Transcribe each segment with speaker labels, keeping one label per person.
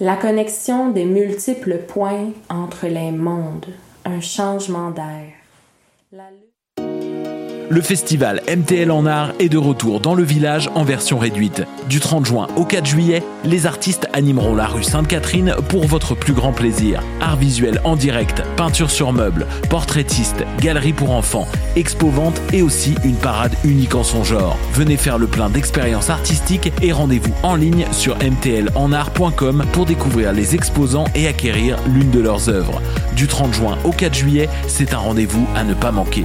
Speaker 1: La connexion des multiples points entre les mondes, un changement d'air. La...
Speaker 2: Le festival MTL en art est de retour dans le village en version réduite. Du 30 juin au 4 juillet, les artistes animeront la rue Sainte-Catherine pour votre plus grand plaisir. Art visuel en direct, peinture sur meubles, portraitiste, galerie pour enfants, expo-vente et aussi une parade unique en son genre. Venez faire le plein d'expériences artistiques et rendez-vous en ligne sur mtlenart.com pour découvrir les exposants et acquérir l'une de leurs œuvres. Du 30 juin au 4 juillet, c'est un rendez-vous à ne pas manquer.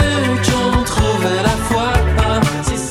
Speaker 3: Ah,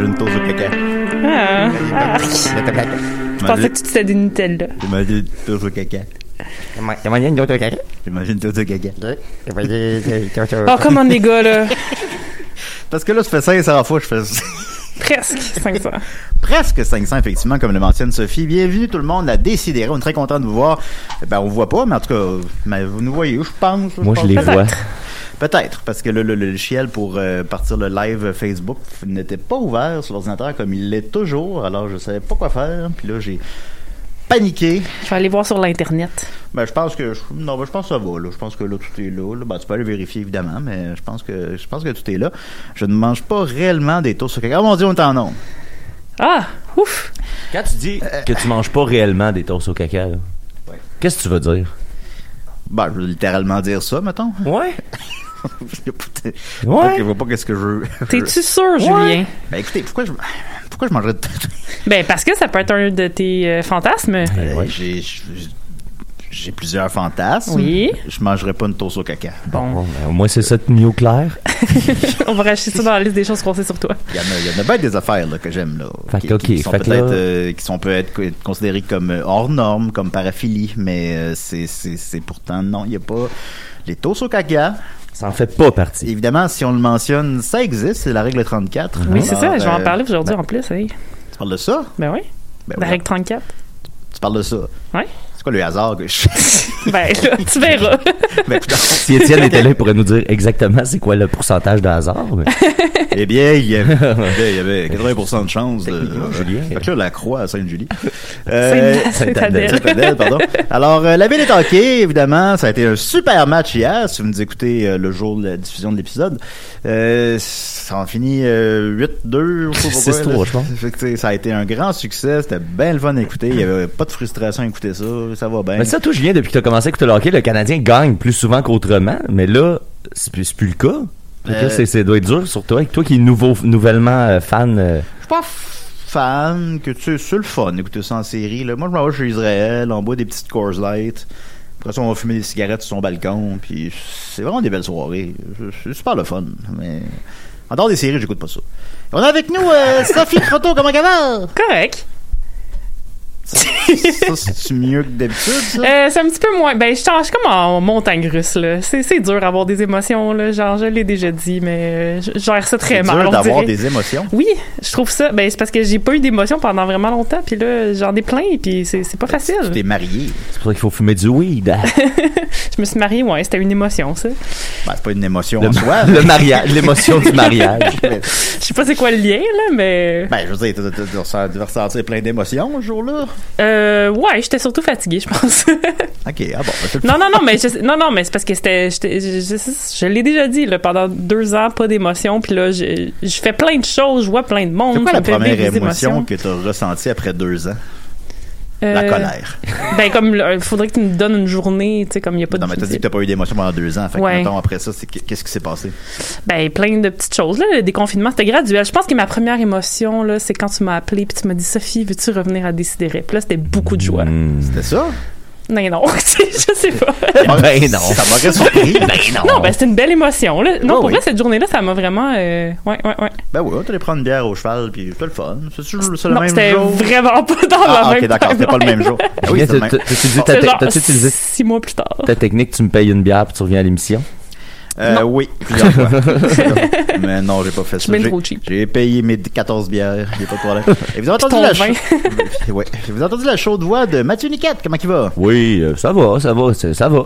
Speaker 4: une toast au caca.
Speaker 5: Ah, ah. Je pensais que tu te faisais des Nutella.
Speaker 4: T'imagines une toast au caca.
Speaker 6: T'imagines une toast au caca.
Speaker 4: T'imagines une toast au caca.
Speaker 5: Oh, comment les gars, là.
Speaker 4: Parce que là, ça fait 500 fois que je fais
Speaker 5: Presque 500.
Speaker 4: Presque 500, effectivement, comme le mentionne Sophie. Bienvenue tout le monde à Décidéré. On est très content de vous voir. Ben, on vous voit pas, mais en tout cas, mais vous nous voyez, je pense. Je
Speaker 6: Moi,
Speaker 4: pense.
Speaker 6: je les vois.
Speaker 4: Peut-être, parce que le, le, le logiciel pour euh, partir le live Facebook n'était pas ouvert sur l'ordinateur comme il l'est toujours. Alors, je savais pas quoi faire. Puis là, j'ai paniqué.
Speaker 5: Je vais aller voir sur l'Internet.
Speaker 4: Ben, je pense que je, non, ben, je pense que ça va. Là. Je pense que là, tout est là. là. Ben, tu peux aller vérifier, évidemment, mais je pense que je pense que tout est là. Je ne mange pas réellement des toasts au caca. Oh mon Dieu, on est en onde.
Speaker 5: Ah, ouf!
Speaker 6: Quand tu dis que tu manges pas réellement des toasts au caca, là, qu'est-ce que tu veux dire?
Speaker 4: Ben, je veux littéralement dire ça, mettons.
Speaker 6: Ouais.
Speaker 4: je ne vois pas qu'est-ce que je veux.
Speaker 5: T'es-tu sûr, Julien?
Speaker 4: Ben écoutez, pourquoi je, pourquoi je mangerais de
Speaker 5: Ben, parce que ça peut être un de tes euh, fantasmes.
Speaker 4: Euh, j'ai- j'ai- J'ai plusieurs fantasmes.
Speaker 5: Oui.
Speaker 4: Je mangerais pas une toast au caca.
Speaker 6: Bon, ben, au moins, c'est ça de mieux clair.
Speaker 5: On va racheter ça dans la liste des choses qu'on sait sur toi.
Speaker 4: Il y en a, il y en a bien des affaires là, que j'aime. là,
Speaker 6: Fait
Speaker 4: qui,
Speaker 6: que,
Speaker 4: qui
Speaker 6: ok,
Speaker 4: sont
Speaker 6: fait que
Speaker 4: peut-être
Speaker 6: là-
Speaker 4: euh, qui sont peut-être co- considérées comme euh, hors normes, comme paraphilie, mais euh, c'est- c'est c'est pourtant non. Il n'y a pas les toasts au caca.
Speaker 6: Ça en fait pas partie.
Speaker 4: Évidemment, si on le mentionne, ça existe, c'est la règle 34.
Speaker 5: Oui, c'est ça.
Speaker 4: Alors,
Speaker 5: Je vais en
Speaker 4: euh,
Speaker 5: parler aujourd'hui en plus. hey.
Speaker 4: Tu parles de ça?
Speaker 5: Ben oui.
Speaker 4: Ben
Speaker 5: La
Speaker 4: oui,
Speaker 5: règle 34.
Speaker 4: Tu parles de ça.
Speaker 5: Ouais.
Speaker 4: C'est quoi le hasard que je
Speaker 5: Ben là, tu verras.
Speaker 4: Ben, putain.
Speaker 6: Si Étienne était là, il pourrait nous dire exactement c'est quoi le pourcentage de hasard. mais-
Speaker 4: Eh bien, il y avait, il y avait 80% de chance de.
Speaker 6: Techniquement, Julien.
Speaker 4: Fait que là, la croix à Sainte-Julie.
Speaker 5: Sainte-Adèle.
Speaker 4: Sainte-Adèle, pardon. Alors, euh, la ville est tanquée, évidemment. Ça a été un super match hier. Si vous nous écoutez euh, le jour de la diffusion de l'épisode, euh, ça en finit euh, 8-2. je sais pas pourquoi,
Speaker 6: 6-3,
Speaker 4: là.
Speaker 6: je pense.
Speaker 4: Fait que, tu sais, Ça a été un grand succès. C'était bien le fun à écouter. Il n'y avait pas de frustration à écouter ça. Ça va bien.
Speaker 6: Mais ça, toi, Julien, depuis que t'as commencé à écouter le hockey, le Canadien gagne plus souvent qu'autrement, mais là, c'est plus, c'est plus le cas. Fait que là,
Speaker 4: Euh,
Speaker 6: c'est- ça doit être dur sur toi, avec toi qui est nouveau, nouvellement euh, fan. euh,
Speaker 4: Je suis pas fan que tu sais, c'est le fun d'écouter ça en série. Là. Moi, je m'en vais chez Israël, on boit des petites Coors Light. Après ça, on va fumer des cigarettes sur son balcon, puis c'est vraiment des belles soirées. C'est super le fun, mais... En dehors des séries, j'écoute pas ça. On a avec nous euh, Sophie Croteau, comment ça va?
Speaker 7: Correct.
Speaker 4: Ça, c'est mieux que d'habitude, ça?
Speaker 7: Euh, c'est un petit peu moins. Ben, je change comme en montagne russe, là. C'est, c'est dur d'avoir des émotions, là. Genre, je l'ai déjà dit, mais euh, je je gère ça très
Speaker 4: c'est
Speaker 7: mal.
Speaker 4: dur
Speaker 7: on
Speaker 4: d'avoir
Speaker 7: dirait.
Speaker 4: des émotions.
Speaker 7: Oui, je trouve ça. Ben, c'est parce que j'ai pas eu d'émotions pendant vraiment longtemps, puis là, j'en ai plein, puis c'est, c'est pas
Speaker 4: Ben, Tu
Speaker 7: facile.
Speaker 4: t'es marié.
Speaker 2: C'est pour ça qu'il faut fumer du weed.
Speaker 6: Ah,
Speaker 7: Je me suis mariée, ouais, c'était une émotion, ça.
Speaker 4: Ben, c'est pas une émotion
Speaker 2: Le,
Speaker 4: en soi.
Speaker 2: le mariage, l'émotion du mariage.
Speaker 4: mais-
Speaker 7: Je sais pas c'est quoi le lien, là, mais.
Speaker 4: Ben, je veux dire, t'as- t'as- t'as ressent- tu vas ressentir plein d'émotions ce jour-là.
Speaker 7: Euh, ouais, j'étais surtout fatiguée, je pense.
Speaker 4: OK, ah bon. ben, c'est le
Speaker 7: non, non, non, mais je sais- non, non, mais c'est parce que c'était, j'étais- je, je- je l'ai déjà dit, là, pendant deux ans, pas d'émotion, puis là, je, je fais plein de choses, je vois plein de monde.
Speaker 4: C'est quoi
Speaker 7: ça
Speaker 4: la
Speaker 7: me fait
Speaker 4: première
Speaker 7: vivre des
Speaker 4: émotion
Speaker 7: émotions.
Speaker 4: que t'as ressentie après deux ans? La
Speaker 7: Euh,
Speaker 4: colère.
Speaker 7: Ben comme, il faudrait que tu me donnes une journée, tu sais, comme il y a pas
Speaker 4: Non,
Speaker 7: de.
Speaker 4: mais t'as dit que t'as pas eu d'émotion pendant deux ans. Fait que,
Speaker 7: Ouais.
Speaker 4: mettons, après ça, c'est- qu'est-ce qui s'est passé?
Speaker 7: Ben, plein de petites choses. Là, le déconfinement, c'était graduel. Je pense que ma première émotion, là, c'est quand tu m'as appelé puis tu m'as dit Sophie, veux-tu revenir à Décideret? Puis là, c'était beaucoup de joie.
Speaker 2: Hmm.
Speaker 4: C'était ça?
Speaker 7: Non, non, tu sais, je sais pas.
Speaker 2: Ben non.
Speaker 4: Ça m'aurait surpris.
Speaker 2: Ben non.
Speaker 7: Non, ben, c'était une belle émotion. Là. Non,
Speaker 4: Ouais,
Speaker 7: pour
Speaker 4: ouais.
Speaker 7: vrai, cette journée-là, ça m'a vraiment. euh, Ouais, ouais, ouais.
Speaker 4: Ben oui, t'allais prendre une bière au cheval, puis c'était le fun. C'est toujours c'est le
Speaker 7: non,
Speaker 4: même
Speaker 7: c'était
Speaker 4: jour.
Speaker 7: vraiment pas dans la
Speaker 4: Ah,
Speaker 7: même
Speaker 4: ok, d'accord, c'était pas le même
Speaker 7: timeline.
Speaker 4: jour. Ah oui,
Speaker 2: Julien,
Speaker 4: c'est le
Speaker 2: t'as-
Speaker 4: même.
Speaker 2: t'as- t'as-tu dit ta-
Speaker 7: C'est genre
Speaker 2: t'as-tu utilisé
Speaker 7: six mois plus tard.
Speaker 2: ta technique, tu me payes une bière puis tu reviens à l'émission?
Speaker 4: Euh, oui, plusieurs fois. Mais non, j'ai pas fait ça.
Speaker 7: mets une
Speaker 4: J'ai-
Speaker 7: trop cheap.
Speaker 4: J'ai payé mes 14 bières, il a pas de problème. Et vous avez entendu
Speaker 7: ton
Speaker 4: la
Speaker 7: vin.
Speaker 4: chaude- Ouais. Vous avez entendu la chaude voix de Mathieu Niquette, comment il va
Speaker 2: Oui, euh, ça va, ça va, c'est- ça va.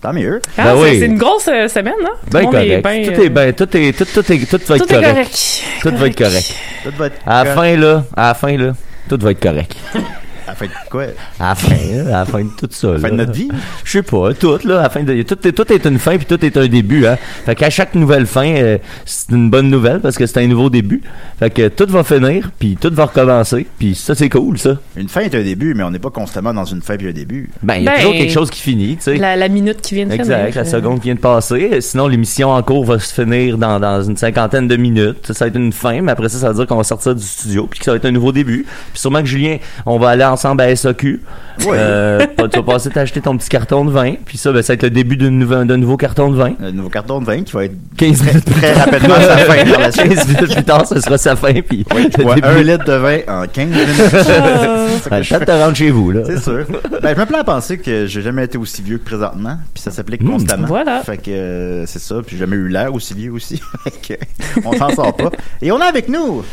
Speaker 4: Tant mieux.
Speaker 7: Ah,
Speaker 2: Ben
Speaker 7: c'est-
Speaker 2: oui.
Speaker 7: C'est une grosse euh, semaine, hein? Tout le
Speaker 2: Ben
Speaker 7: monde
Speaker 2: correct.
Speaker 7: ben,
Speaker 2: tout
Speaker 7: euh,
Speaker 2: est ben, tout est, tout, tout est, tout va être
Speaker 7: Tout est
Speaker 2: correct.
Speaker 7: correct.
Speaker 2: Tout va être correct.
Speaker 4: Ça doit être
Speaker 2: À la
Speaker 4: correct.
Speaker 2: fin là, à la fin là, tout va être correct.
Speaker 4: À la fin de quoi
Speaker 2: À la fin, là, à la fin de tout ça.
Speaker 4: À la fin de notre vie
Speaker 2: Je sais pas, tout là, à la fin de tout est, tout est une fin puis tout est un début hein. Fait qu'à chaque nouvelle fin, euh, c'est une bonne nouvelle parce que c'est un nouveau début. Fait que tout va finir puis tout va recommencer puis ça c'est cool ça.
Speaker 4: Une fin est un début, mais on n'est pas constamment dans une fin puis un début.
Speaker 2: Ben il y a
Speaker 7: Ben,
Speaker 2: toujours quelque chose qui finit, tu sais.
Speaker 7: La, la minute qui vient de finir.
Speaker 2: Exact, la
Speaker 7: euh,
Speaker 2: seconde qui vient de passer. Euh, Sinon, l'émission en cours va se finir dans, dans une cinquantaine de minutes. Ça, ça va être une fin, mais après ça, ça veut dire qu'on va sortir du studio, puis que ça va être un nouveau début. Puis sûrement que Julien, on va aller ensemble à SAQ. Euh, pa- tu vas passer t'acheter ton petit carton de vin, puis ça, ben, ça va être le début d'une nouve- d'un nouveau carton de vin.
Speaker 4: Un nouveau carton de vin qui va être
Speaker 2: 15 minutes plus
Speaker 4: très
Speaker 2: tard.
Speaker 4: rapidement à sa fin par la suite.
Speaker 2: 15 minutes plus tard, ce sera sa fin, puis le
Speaker 4: Ouais,
Speaker 2: début.
Speaker 4: un litre de vin en 15 minutes. C'est ça que
Speaker 2: Ah,
Speaker 4: je fais.
Speaker 2: Peut-être te rendre chez vous, là.
Speaker 4: C'est sûr. Ben, je me plains à penser que j'ai jamais été aussi vieux que présentement, puis ça s'applique
Speaker 2: Mmh.
Speaker 4: constamment.
Speaker 7: Voilà.
Speaker 4: Fait que euh, c'est ça, puis j'ai jamais eu l'air aussi vieux aussi. Fait que, on s'en sort pas. Et on a avec nous.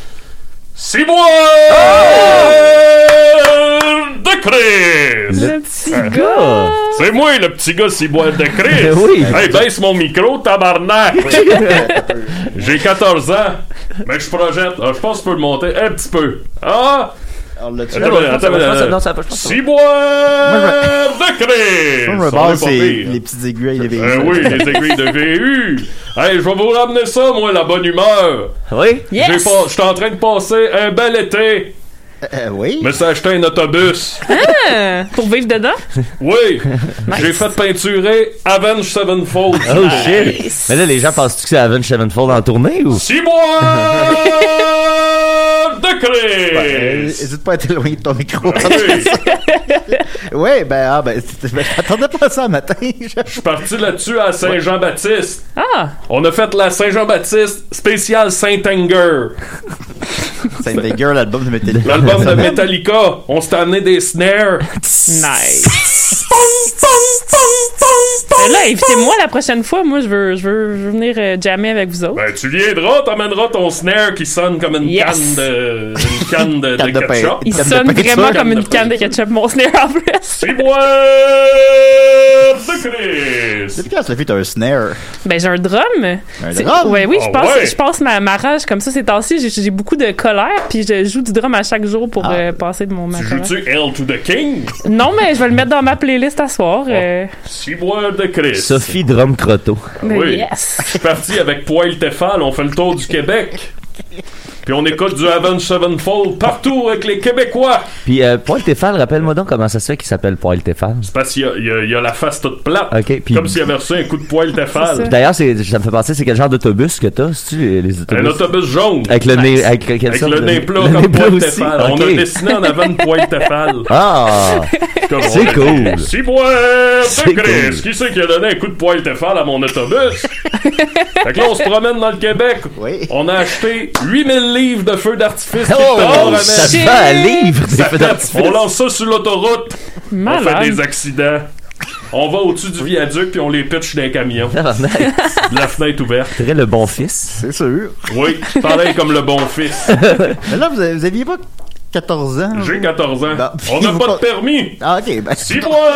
Speaker 2: Le
Speaker 7: petit gars.
Speaker 3: C'est moi le petit gars si boire de Chris.
Speaker 2: Ben oui.
Speaker 3: Hey, baisse mon micro, tabarnak. J'ai 14 ans. Mais je projette. Ah, je pense que je peux le monter un petit peu. Ah!
Speaker 4: On l'a tué.
Speaker 3: Attends,
Speaker 2: ça
Speaker 3: attends,
Speaker 2: va,
Speaker 3: attends,
Speaker 2: ça va,
Speaker 3: attends.
Speaker 2: non, ça va, je pense que ça va.
Speaker 3: Si boire de Chris.
Speaker 4: Moi, je me
Speaker 3: Ça
Speaker 4: base,
Speaker 3: va pas
Speaker 4: c'est
Speaker 3: pire.
Speaker 4: les petites aiguilles, les
Speaker 3: Euh,
Speaker 4: véhicules.
Speaker 3: oui, les aiguilles de VU. Hey, je vais vous ramener ça, moi, la bonne humeur.
Speaker 2: Oui?
Speaker 3: J'ai pas- J'étais en train de passer un bel été.
Speaker 4: Euh, oui.
Speaker 3: Mais c'est acheté un autobus.
Speaker 7: Euh, Pour vivre dedans?
Speaker 3: Oui, j'ai fait peinturer Avenge Sevenfold.
Speaker 2: Oh shit! Mais là, les gens pensent-tu que c'est Avenge Sevenfold en tournée ou?
Speaker 3: Six mois de
Speaker 4: Euh,
Speaker 3: Chris!
Speaker 4: Hésite pas à t'éloigner de ton micro.
Speaker 3: Oui,
Speaker 4: oui, ben, ah, ben, c'était- ben, j'attendais pas ça un matin.
Speaker 3: je suis parti là-dessus à Saint-Jean-Baptiste.
Speaker 7: Ah!
Speaker 3: On a fait la Saint-Jean-Baptiste spéciale Saint-Anger.
Speaker 4: C'est une dégueu, l'album de Metallica.
Speaker 3: L'album de Metallica. On s'est amené des snares.
Speaker 7: Nice. Euh, Là, invitez-moi la prochaine fois. Moi, je veux, je veux, je veux venir euh, jammer avec vous autres.
Speaker 3: Ben, tu viendras, t'emmèneras ton snare qui sonne comme une
Speaker 7: Yes.
Speaker 3: canne de, une canne de, de
Speaker 4: Canne de pain.
Speaker 3: ketchup.
Speaker 7: Il
Speaker 4: canne de
Speaker 7: sonne
Speaker 4: peinture.
Speaker 7: vraiment
Speaker 3: Canne
Speaker 7: comme
Speaker 3: de
Speaker 7: une canne de
Speaker 3: peinture.
Speaker 7: ketchup, mon snare en plus.
Speaker 3: Six mois de Chris!
Speaker 4: Depuis quand Sophie, t'as un snare?
Speaker 7: Ben, j'ai un drum.
Speaker 4: Un
Speaker 7: C'est-
Speaker 4: drum?
Speaker 7: Ouais, oui,
Speaker 3: Ah
Speaker 7: je passe,
Speaker 3: ouais.
Speaker 7: je passe ma, ma rage comme ça ces temps-ci. J'ai- J'ai beaucoup de colère, puis je joue du drum à chaque jour pour
Speaker 4: Ah.
Speaker 7: euh, passer de mon ma
Speaker 3: Tu
Speaker 7: colère.
Speaker 3: joues-tu L to the King?
Speaker 7: Non, mais je vais le mettre dans ma playlist à soir. euh,
Speaker 3: Six mois de Chris.
Speaker 2: Sophie Drum Crotto.
Speaker 7: mais
Speaker 3: oui.
Speaker 7: Yes.
Speaker 3: Je suis parti avec Poil Tefal, on fait le tour du Québec.
Speaker 7: Puis on écoute du Avenged Sevenfold partout avec les Québécois.
Speaker 6: Puis euh, Poil Tefal, rappelle-moi donc comment ça se fait qu'il s'appelle Poil Tefal.
Speaker 7: C'est parce qu'il y a- il y, a- il y a la face toute plate.
Speaker 6: Ok, puis-
Speaker 7: Comme s'il avait reçu un coup de poil
Speaker 6: Puis
Speaker 7: Tefal.
Speaker 6: D'ailleurs, c'est- ça me fait penser, c'est quel genre d'autobus que t'as? C'est-tu les, les autobus?
Speaker 7: Un autobus jaune.
Speaker 6: Avec le nez, avec, quelle
Speaker 7: Avec
Speaker 6: sorte
Speaker 7: le
Speaker 6: de-
Speaker 7: nez plat
Speaker 6: le
Speaker 7: comme
Speaker 6: nez plat
Speaker 7: poil
Speaker 6: aussi?
Speaker 7: Tefal. On
Speaker 6: Ok.
Speaker 7: a dessiné en avant une poil Tefal.
Speaker 6: Ah!
Speaker 7: Comme on
Speaker 6: C'est
Speaker 7: a-
Speaker 6: cool.
Speaker 7: Si moi, de
Speaker 6: C'est
Speaker 7: Chris,
Speaker 6: cool.
Speaker 7: qui c'est qui a donné un coup de poil Tefal à mon autobus? fait que là, on se promène dans le Québec. On a acheté 8000 livres de feux d'artifice. qui
Speaker 6: Oh,
Speaker 7: tordent, man.
Speaker 6: ça te fait un livre des
Speaker 7: Ça
Speaker 6: feux
Speaker 7: fait-
Speaker 6: d'artifice.
Speaker 7: On lance ça sur l'autoroute. On
Speaker 3: Malade.
Speaker 7: fait des accidents. On va au-dessus du viaduc puis on les pitch d'un camion. La fenêtre ouverte.
Speaker 6: Très le bon fils.
Speaker 4: C'est sûr.
Speaker 7: Oui, pareil comme le bon fils.
Speaker 4: Mais là, vous, avez- vous aviez pas 14 ans?
Speaker 7: J'ai 14 ans.
Speaker 4: Bah,
Speaker 7: on n'a
Speaker 4: vous
Speaker 7: pas de
Speaker 4: pas-
Speaker 7: permis.
Speaker 4: Ah, ok. Ben,
Speaker 7: Six mois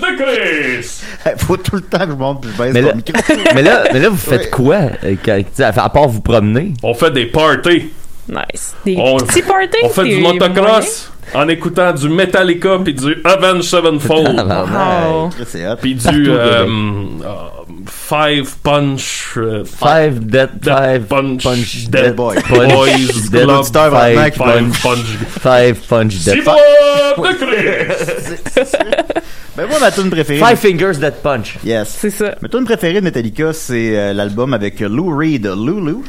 Speaker 7: de Chris.
Speaker 4: faut tout le temps que je monte puis je baisse
Speaker 6: Mais
Speaker 4: mon
Speaker 6: là,
Speaker 4: micro.
Speaker 6: mais là, mais là, vous faites quoi? euh, quand- tu sais, à à part vous promener?
Speaker 7: On fait des parties.
Speaker 3: Nice. Des
Speaker 7: On-
Speaker 3: petits parties.
Speaker 7: On fait
Speaker 3: des
Speaker 7: du motocross en écoutant du Metallica puis du Avenged Sevenfold.
Speaker 3: moyens. Wow.
Speaker 4: Ah, C'est hot.
Speaker 7: Puis
Speaker 6: Ah, bah. Partout
Speaker 7: du
Speaker 6: au
Speaker 7: euh,
Speaker 6: Québec.
Speaker 7: euh, Five Punch. euh,
Speaker 6: Five dead,
Speaker 7: Dead
Speaker 6: five
Speaker 7: punch,
Speaker 6: punch,
Speaker 7: Dead
Speaker 6: dead
Speaker 7: Boy.
Speaker 6: boy,
Speaker 7: Boys
Speaker 6: dead
Speaker 7: Club,
Speaker 4: Star,
Speaker 6: five
Speaker 4: Mike,
Speaker 7: Five
Speaker 6: punch,
Speaker 7: Punch.
Speaker 6: five punch, dead
Speaker 7: Six mois
Speaker 6: punch,
Speaker 7: de Chris.
Speaker 4: Ben, moi, ma tune préférée.
Speaker 6: five fingers, dead punch.
Speaker 4: Yes.
Speaker 3: C'est ça.
Speaker 4: Ma tune préférée de Metallica, c'est euh, l'album avec euh, Lou Reed, Loulou.
Speaker 7: Lou.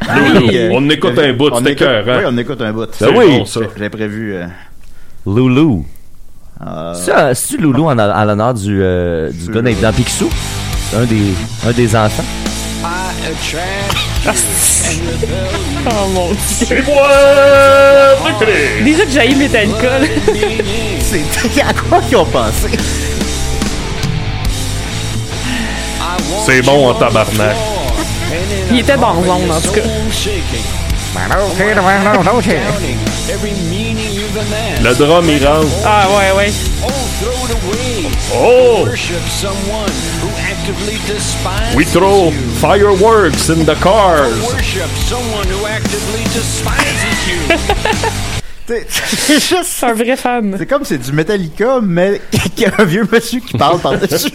Speaker 7: On écoute un bout,
Speaker 4: On
Speaker 7: c'était
Speaker 4: écoute-
Speaker 7: écœurant.
Speaker 4: Oui, on écoute un bout.
Speaker 7: Ben oui. bon, ça.
Speaker 4: J'ai prévu. euh,
Speaker 6: Loulou.
Speaker 4: euh,
Speaker 6: C'est un- C'est-tu Loulou en, à l'honneur du, euh, du gars dans- dans Picsou? Un des, un des enfants.
Speaker 3: Oh mon dieu.
Speaker 7: Six mois de Chris.
Speaker 3: Déjà que j'haïs Metallica, là.
Speaker 4: C'est à quoi qu'ils ont pensé?
Speaker 7: C'est bon en tabarnak.
Speaker 3: il était dans zone en tout cas.
Speaker 7: Le drum, il rentre.
Speaker 3: Ah ouais, ouais.
Speaker 7: Oh! We throw fireworks in the cars.
Speaker 4: C'est- C'est juste.
Speaker 3: C'est un vrai fan.
Speaker 4: C'est comme c'est du Metallica, mais qu'il y a un vieux monsieur qui parle par-dessus.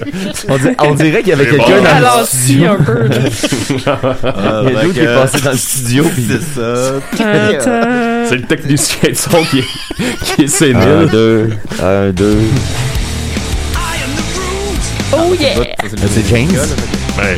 Speaker 6: On, Ah, dirait-
Speaker 7: Ah,
Speaker 6: on dirait qu'il y avait
Speaker 7: C'est
Speaker 6: quelqu'un
Speaker 7: bon.
Speaker 6: dans
Speaker 3: Alors
Speaker 6: le
Speaker 3: si
Speaker 6: studio.
Speaker 3: un peu.
Speaker 6: Il y a d'autres qui est passé dans le studio. puis-
Speaker 4: Euh, C'est ça.
Speaker 7: C'est le technicien de son qui est, qui est
Speaker 6: Un,
Speaker 7: sénile.
Speaker 6: deux, un, deux.
Speaker 3: Oh yeah!
Speaker 6: Là, C'est James.
Speaker 7: Ben,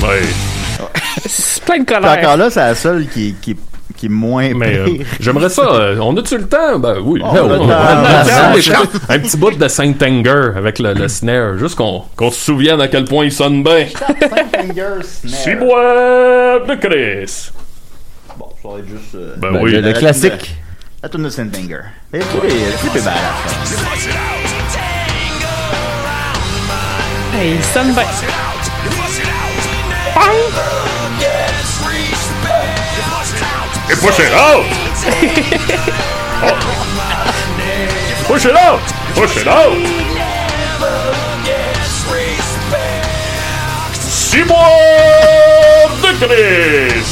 Speaker 7: ben,
Speaker 3: C'est plein de
Speaker 4: Puis encore
Speaker 3: colère.
Speaker 4: là, c'est la seule qui, qui, qui est moins
Speaker 7: mais euh,
Speaker 4: pire.
Speaker 7: j'aimerais ça. euh, on a-tu le temps? Ben oui.
Speaker 4: Oh, On
Speaker 7: Ben,
Speaker 4: a le
Speaker 7: on-
Speaker 4: temps.
Speaker 7: on a le temps. Un petit bout de Saint Anger avec le, le snare. Juste qu'on qu'on se souvienne à quel point il sonne bien. Six mois de Chris.
Speaker 4: Bon, ça va être juste. euh,
Speaker 7: Ben,
Speaker 6: Ben,
Speaker 7: oui.
Speaker 6: le, le
Speaker 4: la-
Speaker 6: classique.
Speaker 4: La tourne de Sandbanger. Et euh, oui, le clip est badass.
Speaker 3: Hey, il sonne bien.
Speaker 7: Et push it out! Oh. Push it out! Push it out! Six mois de Chris!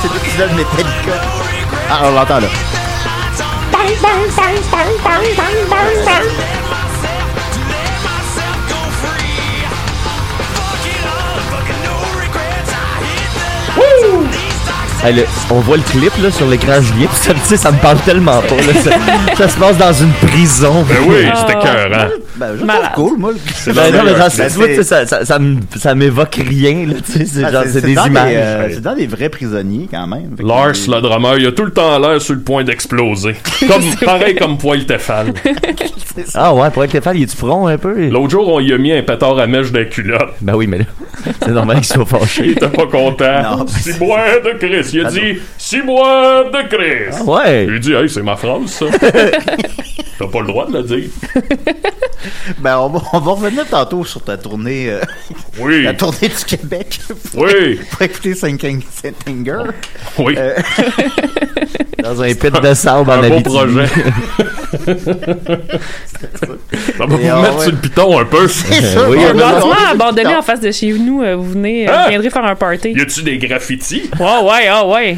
Speaker 4: C'est le petit de Metallica. Ah, on l'entend là.
Speaker 6: Hey, le- on voit le clip là, sur l'écran Julien. puis Ça, tu sais, ça me parle tellement pas. là. Ça, ça se passe dans une prison.
Speaker 7: Ben oui, c'était cœur,
Speaker 4: Ben, je
Speaker 3: Malade.
Speaker 4: trouve cool, moi. C'est
Speaker 6: Ben non, mais genre, c'est-
Speaker 4: Ben,
Speaker 6: tu vois, tu sais, ça,
Speaker 4: c'est-
Speaker 6: ça, ça, me- ça m'évoque rien. Là, tu sais, c'est
Speaker 4: ah,
Speaker 6: genre,
Speaker 4: c'est-
Speaker 6: c'est
Speaker 4: c'est
Speaker 6: des
Speaker 4: dans des,
Speaker 6: images.
Speaker 4: euh, C'est dans des vrais prisonniers, quand même. Fait que-
Speaker 7: Lars, le drummer, il a tout le temps l'air sur le point d'exploser. Comme, pareil comme Poil Tefal.
Speaker 6: Ah ouais, pour être Stéphane, il est du front un peu.
Speaker 7: L'autre jour, on lui a mis un pétard à mèche d'un culotte.
Speaker 6: Ben oui, mais là, c'est normal qu'il soit
Speaker 7: Il
Speaker 6: fâché.
Speaker 7: était pas content.
Speaker 4: Non.
Speaker 7: Six mois de Chris.
Speaker 6: Ah
Speaker 7: Il a dit Six mois de Chris.
Speaker 6: Ouais.
Speaker 7: Il lui dit Hey, c'est ma phrase, ça. T'as pas le droit de le dire.
Speaker 4: Ben, on va, on va revenir tantôt sur ta tournée, euh,
Speaker 7: Oui.
Speaker 4: la tournée du Québec.
Speaker 7: Oui.
Speaker 4: pour écouter Saint-Anger
Speaker 7: Oui.
Speaker 6: Dans un pit de sable Euh, en
Speaker 7: un beau
Speaker 6: Abitibi.
Speaker 7: projet. Ça va vous
Speaker 4: Et on
Speaker 7: mettre
Speaker 4: va-
Speaker 7: sur le piton un peu.
Speaker 6: Euh, oui,
Speaker 3: Il y a un
Speaker 6: on a-
Speaker 3: bâtiment abandonné en face de chez nous. euh, Vous venez, euh,
Speaker 7: Hein?
Speaker 3: viendrez faire un party.
Speaker 7: Y a-tu des graffitis
Speaker 3: Oh ouais, oh ouais.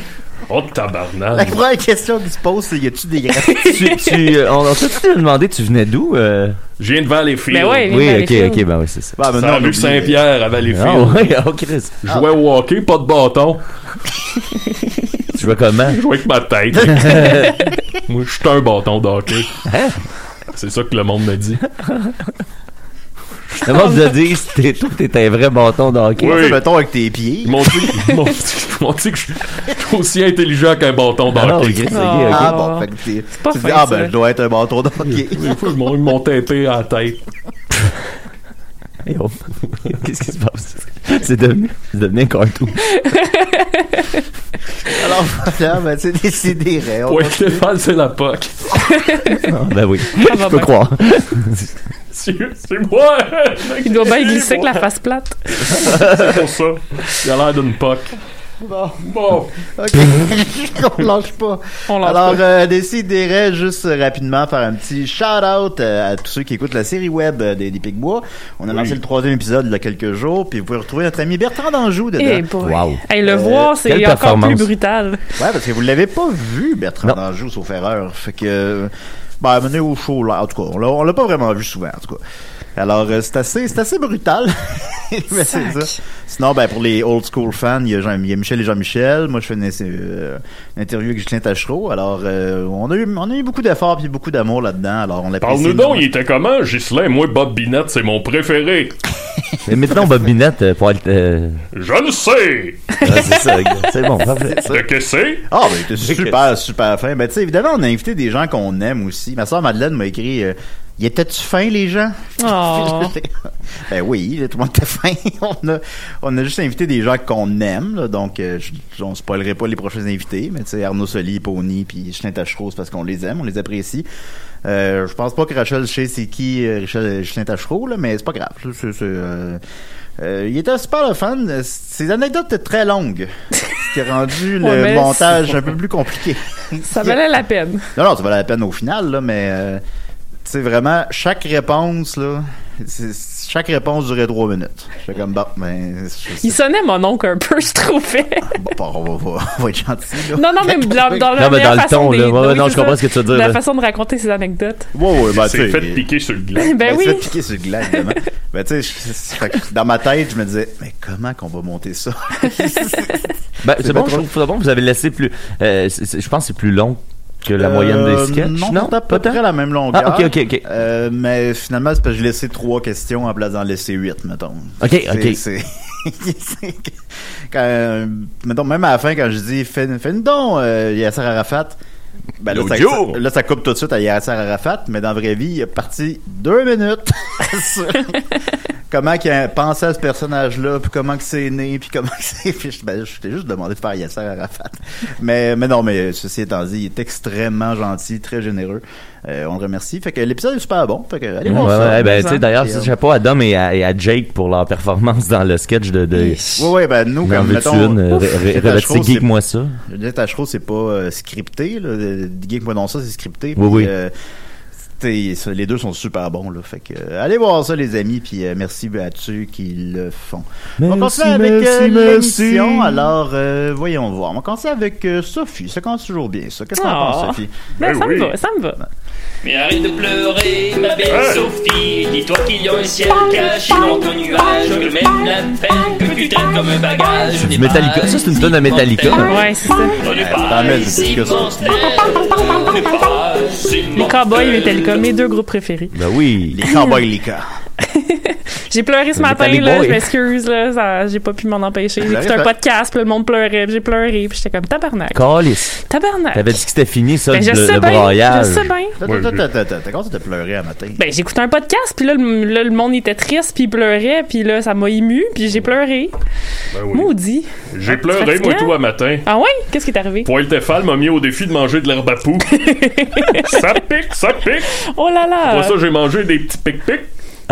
Speaker 7: Oh, tabarnak.
Speaker 4: La première question qu'il se pose, c'est y a-tu des graffits?
Speaker 6: tu, tu, euh, on a tout te demandé, tu venais d'où? euh?
Speaker 7: Je viens de Valleyfield.
Speaker 6: Ben ouais, il vient de Oui, ok, Valleyfield. ok, ben oui, c'est ça.
Speaker 7: Bah,
Speaker 6: Ça
Speaker 7: maintenant,
Speaker 6: a vu
Speaker 7: Saint-Pierre à Valleyfield.
Speaker 6: Ah ouais, oh Chris.
Speaker 7: Jouais au hockey, pas de bâton.
Speaker 6: tu jouais comment?
Speaker 7: Je jouais avec ma tête. Moi, je suis un bâton de hockey.
Speaker 6: Hein?
Speaker 7: C'est ça que le monde me dit.
Speaker 6: Le monde te dit, c'était tout, t'étais un vrai bâton d'hockey.
Speaker 7: Oui.
Speaker 6: hockey.
Speaker 4: Mettons avec tes pieds.
Speaker 7: Ils m'ont dit, ils m'ont dit- ils m'ont dit que je suis je suis aussi intelligent qu'un bâton
Speaker 4: Ah,
Speaker 7: d'hockey.
Speaker 4: ok, ok, ok. Ah, bon, fait que t'es-
Speaker 3: pas
Speaker 4: tu te dis,
Speaker 7: fin,
Speaker 4: ah,
Speaker 7: ça.
Speaker 4: ben, je dois être un bâton de hockey.
Speaker 7: Des fois, ils m'ont- ils m'ont teinté à la tête.
Speaker 6: Et hop. Qu'est-ce qui se passe? C'est devenu, c'est devenu un cartoon.
Speaker 4: Alors, voilà, ben, c'est des c'est des rêves.
Speaker 6: Ah,
Speaker 7: Ouais, Stéphane, c'est la POC.
Speaker 6: ben oui,
Speaker 7: Ah,
Speaker 6: je
Speaker 7: bah,
Speaker 6: peux
Speaker 7: ben.
Speaker 6: croire.
Speaker 7: C'est c'est moi!
Speaker 3: Il doit bien glisser avec la face plate.
Speaker 7: C'est pour ça. Il a l'air d'une POC.
Speaker 4: Bon.
Speaker 7: Bon.
Speaker 4: OK. On lâche pas. Alors,
Speaker 7: pas.
Speaker 4: euh, déciderait juste euh, rapidement faire un petit shout-out euh, à tous ceux qui écoutent la série web euh, des, des Picbois. On a lancé le troisième épisode il y a quelques jours, puis vous pouvez retrouver notre ami Bertrand d'Anjou dedans.
Speaker 3: Eh boy. Hey,
Speaker 6: Euh,
Speaker 3: le voir, c'est
Speaker 4: quelle
Speaker 3: encore plus
Speaker 4: performance.
Speaker 3: brutal.
Speaker 4: Ouais, parce que vous l'avez pas vu, Bertrand d'Anjou, sauf erreur. Fait que. Ben, mené au show, là. En tout cas, on l'a- on l'a pas vraiment vu souvent, en tout cas. Alors, euh, c'est assez, c'est assez brutal. Mais c'est ça. Sinon, ben, pour les old school fans, il y a, Jean- il y a Michel et Jean-Michel. Moi, je fais une, euh, une interview avec Justin Tachereau. Alors, euh, on, a eu, on a eu beaucoup d'efforts puis beaucoup d'amour là-dedans. Alors, on l'apprécie.
Speaker 7: Parle-nous donc, il était comment? Ghislain, moi, Bob Binette, c'est mon préféré.
Speaker 6: Mais maintenant, Bobinette, euh, pour être. euh,
Speaker 7: Je le sais!
Speaker 6: ah, c'est ça, c'est bon, parfait.
Speaker 7: De que c'est?
Speaker 4: Ah, ben, t'es super, super fin. Ben, tu sais, évidemment, on a invité des gens qu'on aime aussi. Ma soeur Madeleine m'a écrit euh, Y étaient-tu fin, les gens
Speaker 3: Oh.
Speaker 4: Ben oui, tout le monde était fin. on, a, on a juste invité des gens qu'on aime, là, donc euh, je- on spoilerait pas les prochains invités, mais tu sais, Arnaud Soli, Pony, puis Justin Tachereau, c'est parce qu'on les aime, on les apprécie. Euh, je pense pas que Rachel sait c'est qui euh, Rachel- Justin Tachereau, là, mais c'est pas grave. C'est- c'est- c'est, euh, euh, il était super le fun. Ses anecdotes étaient très longues, ce qui a rendu le
Speaker 3: Ouais, mais
Speaker 4: montage
Speaker 3: c'est-
Speaker 4: un peu plus compliqué.
Speaker 3: Ça valait la peine.
Speaker 4: Non, non, ça valait la peine au final, là, mais euh, tu sais, vraiment, chaque réponse, là, c'est- chaque réponse durait trois minutes. J'étais comme, bon, ben, je-
Speaker 3: Il sonnait mon oncle un peu, je trouvais.
Speaker 4: bon, bon, on, va, on va- on va être gentil, là.
Speaker 3: Non, non, mais dans, dans la
Speaker 6: Non, mais
Speaker 3: meilleure
Speaker 6: dans le
Speaker 3: façon
Speaker 6: ton,
Speaker 3: des-
Speaker 6: là. Ouais, ouais,
Speaker 3: oui,
Speaker 6: non,
Speaker 3: c'est
Speaker 6: je comprends
Speaker 3: ça.
Speaker 6: ce que tu veux dire,
Speaker 3: La
Speaker 6: là.
Speaker 3: façon de raconter ses anecdotes.
Speaker 4: Ouais, ouais, ben,
Speaker 7: Il s'est
Speaker 4: tu sais,
Speaker 7: fait piquer sur le gland.
Speaker 3: Ben
Speaker 4: il
Speaker 3: oui.
Speaker 4: s'est fait piquer sur le gland, évidemment. ben, tu sais, je- c'est- fait que dans ma tête, je me disais, mais comment qu'on va monter ça?
Speaker 6: Ben, c'est
Speaker 4: C'est
Speaker 6: bon,
Speaker 4: pas
Speaker 6: je
Speaker 4: trop.
Speaker 6: trouve ça bon. Vous avez laissé plus. euh, c'est- c'est- je pense que c'est plus long que la
Speaker 4: Euh,
Speaker 6: moyenne des sketchs.
Speaker 4: Non, c'est à peu près la même longueur.
Speaker 6: Ah, ok, ok, ok.
Speaker 4: Euh, mais finalement, c'est parce que j'ai laissé trois questions en place d'en laisser huit, mettons.
Speaker 6: Ok,
Speaker 4: C'est-
Speaker 6: ok.
Speaker 4: c'est- c'est- quand, euh, mettons, même à la fin, quand je dis fais, fais une don, euh, Yasser Arafat. Ben là, ça,
Speaker 7: L'audio.
Speaker 4: ça- là, ça coupe tout de suite à Yasser Arafat, mais dans la vraie vie, il est parti deux minutes sur comment qu'il a pensé à ce personnage-là, puis comment que c'est né, puis comment que c'est. Puis je, ben, je t'ai juste demandé de faire Yasser Arafat. Mais, mais non, mais ceci étant dit, il est extrêmement gentil, très généreux. Euh, on le remercie. Fait que l'épisode est super bon. Fait que allez
Speaker 6: Ouais,
Speaker 4: voir
Speaker 6: ouais,
Speaker 4: ça.
Speaker 6: ouais, ben, tu sais, d'ailleurs,
Speaker 4: Et,
Speaker 6: ça,
Speaker 4: euh,
Speaker 6: chapeau à Dom et à, et à Jake pour leur performance dans le sketch de. de...
Speaker 4: Oui, oui, ben nous,
Speaker 6: N'en
Speaker 4: comme
Speaker 6: veux-tu
Speaker 4: mettons...
Speaker 6: une? Euh, ré- ré-
Speaker 4: Jeff Tachereau,
Speaker 6: Geek,
Speaker 4: c'est-
Speaker 6: moi, ça.
Speaker 4: Jeff Tachereau, c'est pas euh, scripté. Là. Euh, Geek, moi, non, ça, c'est scripté.
Speaker 6: Oui,
Speaker 4: Puis,
Speaker 6: oui.
Speaker 4: euh, t'es- ça, les deux sont super bons. Là. Fait que, euh, allez voir ça, les amis, puis euh, merci à ceux qui le font. on
Speaker 6: Merci,
Speaker 4: continue avec euh,
Speaker 6: merci, merci.
Speaker 4: l'émission. Alors, euh, voyons voir. On continue avec euh, Sophie. Ça commence toujours bien, ça. Qu'est-ce que t'en
Speaker 3: Oh.
Speaker 4: penses, Sophie?
Speaker 7: Eh
Speaker 3: Ben, ça me va, ça me va.
Speaker 8: Mais arrête de pleurer, ma belle Sophie. Dis-toi qu'il y a un ciel caché dans ton nuage. Que même la peine que tu traînes comme un bagage.
Speaker 6: Du Metallica. Ça, c'est une tonne de Metallica.
Speaker 3: Ouais, c'est ça.
Speaker 4: T'en mets du plus que ça.
Speaker 3: Les Cowboys et Metallica, mes deux groupes préférés.
Speaker 6: Ben oui.
Speaker 4: Les Cowboys Lica.
Speaker 3: J'ai pleuré ce
Speaker 4: Les
Speaker 3: matin,
Speaker 4: Metallica
Speaker 3: là,
Speaker 4: Boys.
Speaker 3: je m'excuse, là, ça- j'ai pas pu m'en empêcher. J'ai écouté un
Speaker 6: J'arrive, hein.
Speaker 3: podcast, puis le monde pleurait, puis j'ai pleuré, puis j'étais comme tabarnak.
Speaker 6: Calice.
Speaker 3: Tabarnak.
Speaker 6: T'avais dit que c'était fini, ça,
Speaker 3: Ben, je
Speaker 6: le,
Speaker 3: sais
Speaker 6: le
Speaker 3: bien,
Speaker 6: broyage.
Speaker 3: je sais bien.
Speaker 4: Attends,
Speaker 6: Ouais,
Speaker 4: attends, attends, attends. T'as commencé à te pleurer à matin.
Speaker 3: Ben, j'écoutais un podcast, puis là le, là, le monde était triste, puis il pleurait, puis là, ça m'a ému, puis j'ai pleuré.
Speaker 7: Ben oui.
Speaker 3: Maudit.
Speaker 7: J'ai
Speaker 3: Ah,
Speaker 7: pleuré,
Speaker 3: fatigant.
Speaker 7: moi, tout à matin.
Speaker 3: Ah ouais? Qu'est-ce qui est arrivé?
Speaker 7: Poil Tefal m'a mis au défi de manger de l'herbe à poux. ça pique, ça pique.
Speaker 3: Oh là
Speaker 7: Après
Speaker 3: là!
Speaker 7: ça, j'ai mangé des petits pic-pics.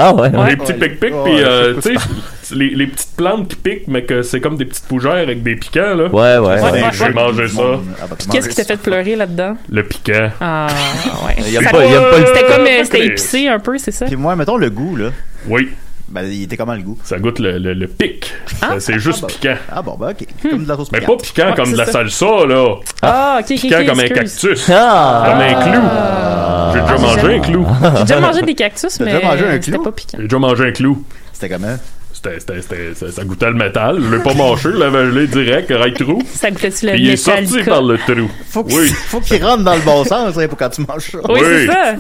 Speaker 6: Ah ouais?
Speaker 7: Des petits pic-pics,
Speaker 6: Ouais,
Speaker 7: puis
Speaker 6: ouais,
Speaker 7: euh,
Speaker 6: c'est
Speaker 7: tu sais, les, les petites plantes qui piquent, mais que c'est comme des petites fougères avec des piquants, là.
Speaker 6: Ouais, ouais.
Speaker 7: Ben,
Speaker 6: ouais.
Speaker 7: J'ai mangé ça.
Speaker 4: Ah, bah,
Speaker 3: Puis qu'est-ce qui t'a fait pleurer là-dedans?
Speaker 7: Le piquant.
Speaker 3: Ah, ouais.
Speaker 7: Il aime
Speaker 3: Ça-
Speaker 7: pas- il aime pas le-
Speaker 3: C'était comme, euh,
Speaker 7: Pas
Speaker 3: c'était
Speaker 7: plus.
Speaker 3: épicé un peu, c'est ça?
Speaker 4: Puis moi, mettons le goût, là.
Speaker 7: Oui.
Speaker 4: Ben, il était comment le goût?
Speaker 7: Ça goûte le, le- le pic. Ça, c'est juste piquant.
Speaker 4: Ah bon, ben ok. Comme de la sauce
Speaker 7: Mais pas
Speaker 4: piquante.
Speaker 7: piquant
Speaker 4: Ouais,
Speaker 7: comme
Speaker 4: c'est
Speaker 7: de la
Speaker 4: ça. Ah!
Speaker 7: salsa, là.
Speaker 3: Ah, ok, ok,
Speaker 7: Piquant
Speaker 3: ok,
Speaker 7: comme un
Speaker 3: excuse.
Speaker 7: cactus. Comme un clou. J'ai déjà mangé un clou.
Speaker 3: J'ai déjà mangé des cactus,
Speaker 7: T'as
Speaker 3: mais
Speaker 7: déjà mangé un
Speaker 3: c'était
Speaker 7: clou?
Speaker 3: pas piquant.
Speaker 7: J'ai déjà mangé un clou.
Speaker 4: C'était comment?
Speaker 7: C'était, c'était, ça, ça goûtait le métal. Je l'ai pas mâché, je l'avais gelé direct, right trou.
Speaker 3: Ça goûtait-tu le
Speaker 7: Puis il est
Speaker 3: métal
Speaker 7: sorti
Speaker 3: cas?
Speaker 7: par le trou.
Speaker 4: Faut que-
Speaker 7: oui.
Speaker 4: faut qu'il rentre dans le bon sens hein, pour quand tu manges ça.
Speaker 3: Oui, c'est ça.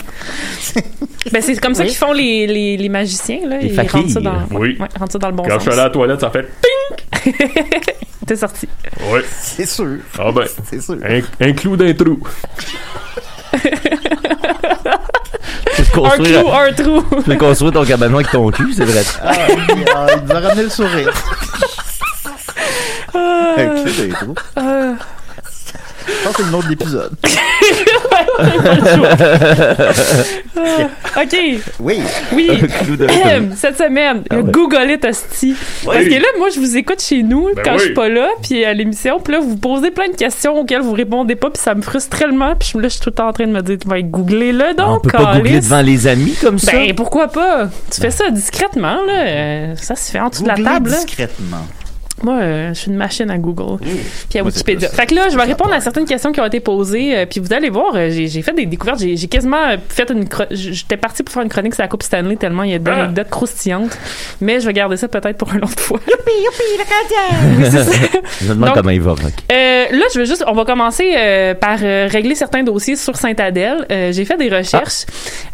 Speaker 3: ben, c'est comme ça
Speaker 4: Oui.
Speaker 3: qu'ils font les, les, les magiciens, là.
Speaker 7: Les
Speaker 3: ils
Speaker 7: fakirs.
Speaker 3: rentrent ça dans,
Speaker 7: Oui.
Speaker 3: ouais, rentrent ça dans le bon
Speaker 7: Quand je
Speaker 3: sens.
Speaker 7: suis allé à la toilette, ça fait
Speaker 3: T'es sorti.
Speaker 7: Oui.
Speaker 4: C'est sûr.
Speaker 7: Ah ben.
Speaker 4: C'est sûr.
Speaker 3: Hein?
Speaker 7: Un, un clou d'un trou.
Speaker 3: Un clou, un trou.
Speaker 6: Tu peux construire ton cabanon avec ton cul, c'est vrai.
Speaker 4: Ah, il, ah, il devait ramener le sourire.
Speaker 3: Ah.
Speaker 4: Ok, c'est tout.
Speaker 3: Ah.
Speaker 4: Je pense que c'est le nom de l'épisode.
Speaker 3: Ah, OK.
Speaker 4: Oui.
Speaker 3: Oui.
Speaker 4: Un clou de-
Speaker 3: Cette semaine,
Speaker 4: Ah
Speaker 3: le
Speaker 4: ouais.
Speaker 3: Google est hostie.
Speaker 4: Oui.
Speaker 3: Parce que là, moi, je vous écoute chez nous
Speaker 4: Ben
Speaker 3: quand je suis
Speaker 4: oui.
Speaker 3: pas là, puis à l'émission, puis là, vous posez plein de questions auxquelles vous répondez pas, puis ça me frustre tellement, puis je- là, je suis tout le temps en train de me dire, va googler le donc,
Speaker 6: On peut pas googler
Speaker 3: calice.
Speaker 6: devant les amis comme ça.
Speaker 3: Ben, pourquoi pas? Tu fais ça discrètement, là. euh, ça se fait en dessous de la
Speaker 4: Ben. Googlez
Speaker 3: table, là.
Speaker 4: Discrètement.
Speaker 3: Moi, euh, je suis une machine à Google. Puis à
Speaker 4: Moi, c'est
Speaker 3: Wikipédia.
Speaker 4: plus-
Speaker 3: Fait que là, je vais répondre à certaines questions qui ont été posées. euh, puis vous allez voir, euh, j'ai j'ai fait des découvertes. J'ai j'ai quasiment euh, fait une. chro- j- J'étais partie pour faire une chronique sur la Coupe Stanley tellement il y a des
Speaker 9: Ah.
Speaker 3: anecdotes croustillantes. Mais je vais garder ça peut-être pour une autre fois.
Speaker 6: Je me demande
Speaker 3: Donc-
Speaker 6: comment il va, Rock.
Speaker 3: Euh, là, je veux juste, on va commencer euh, par euh, régler certains dossiers sur Sainte-Adèle. Euh, j'ai fait des
Speaker 4: Ah.
Speaker 3: recherches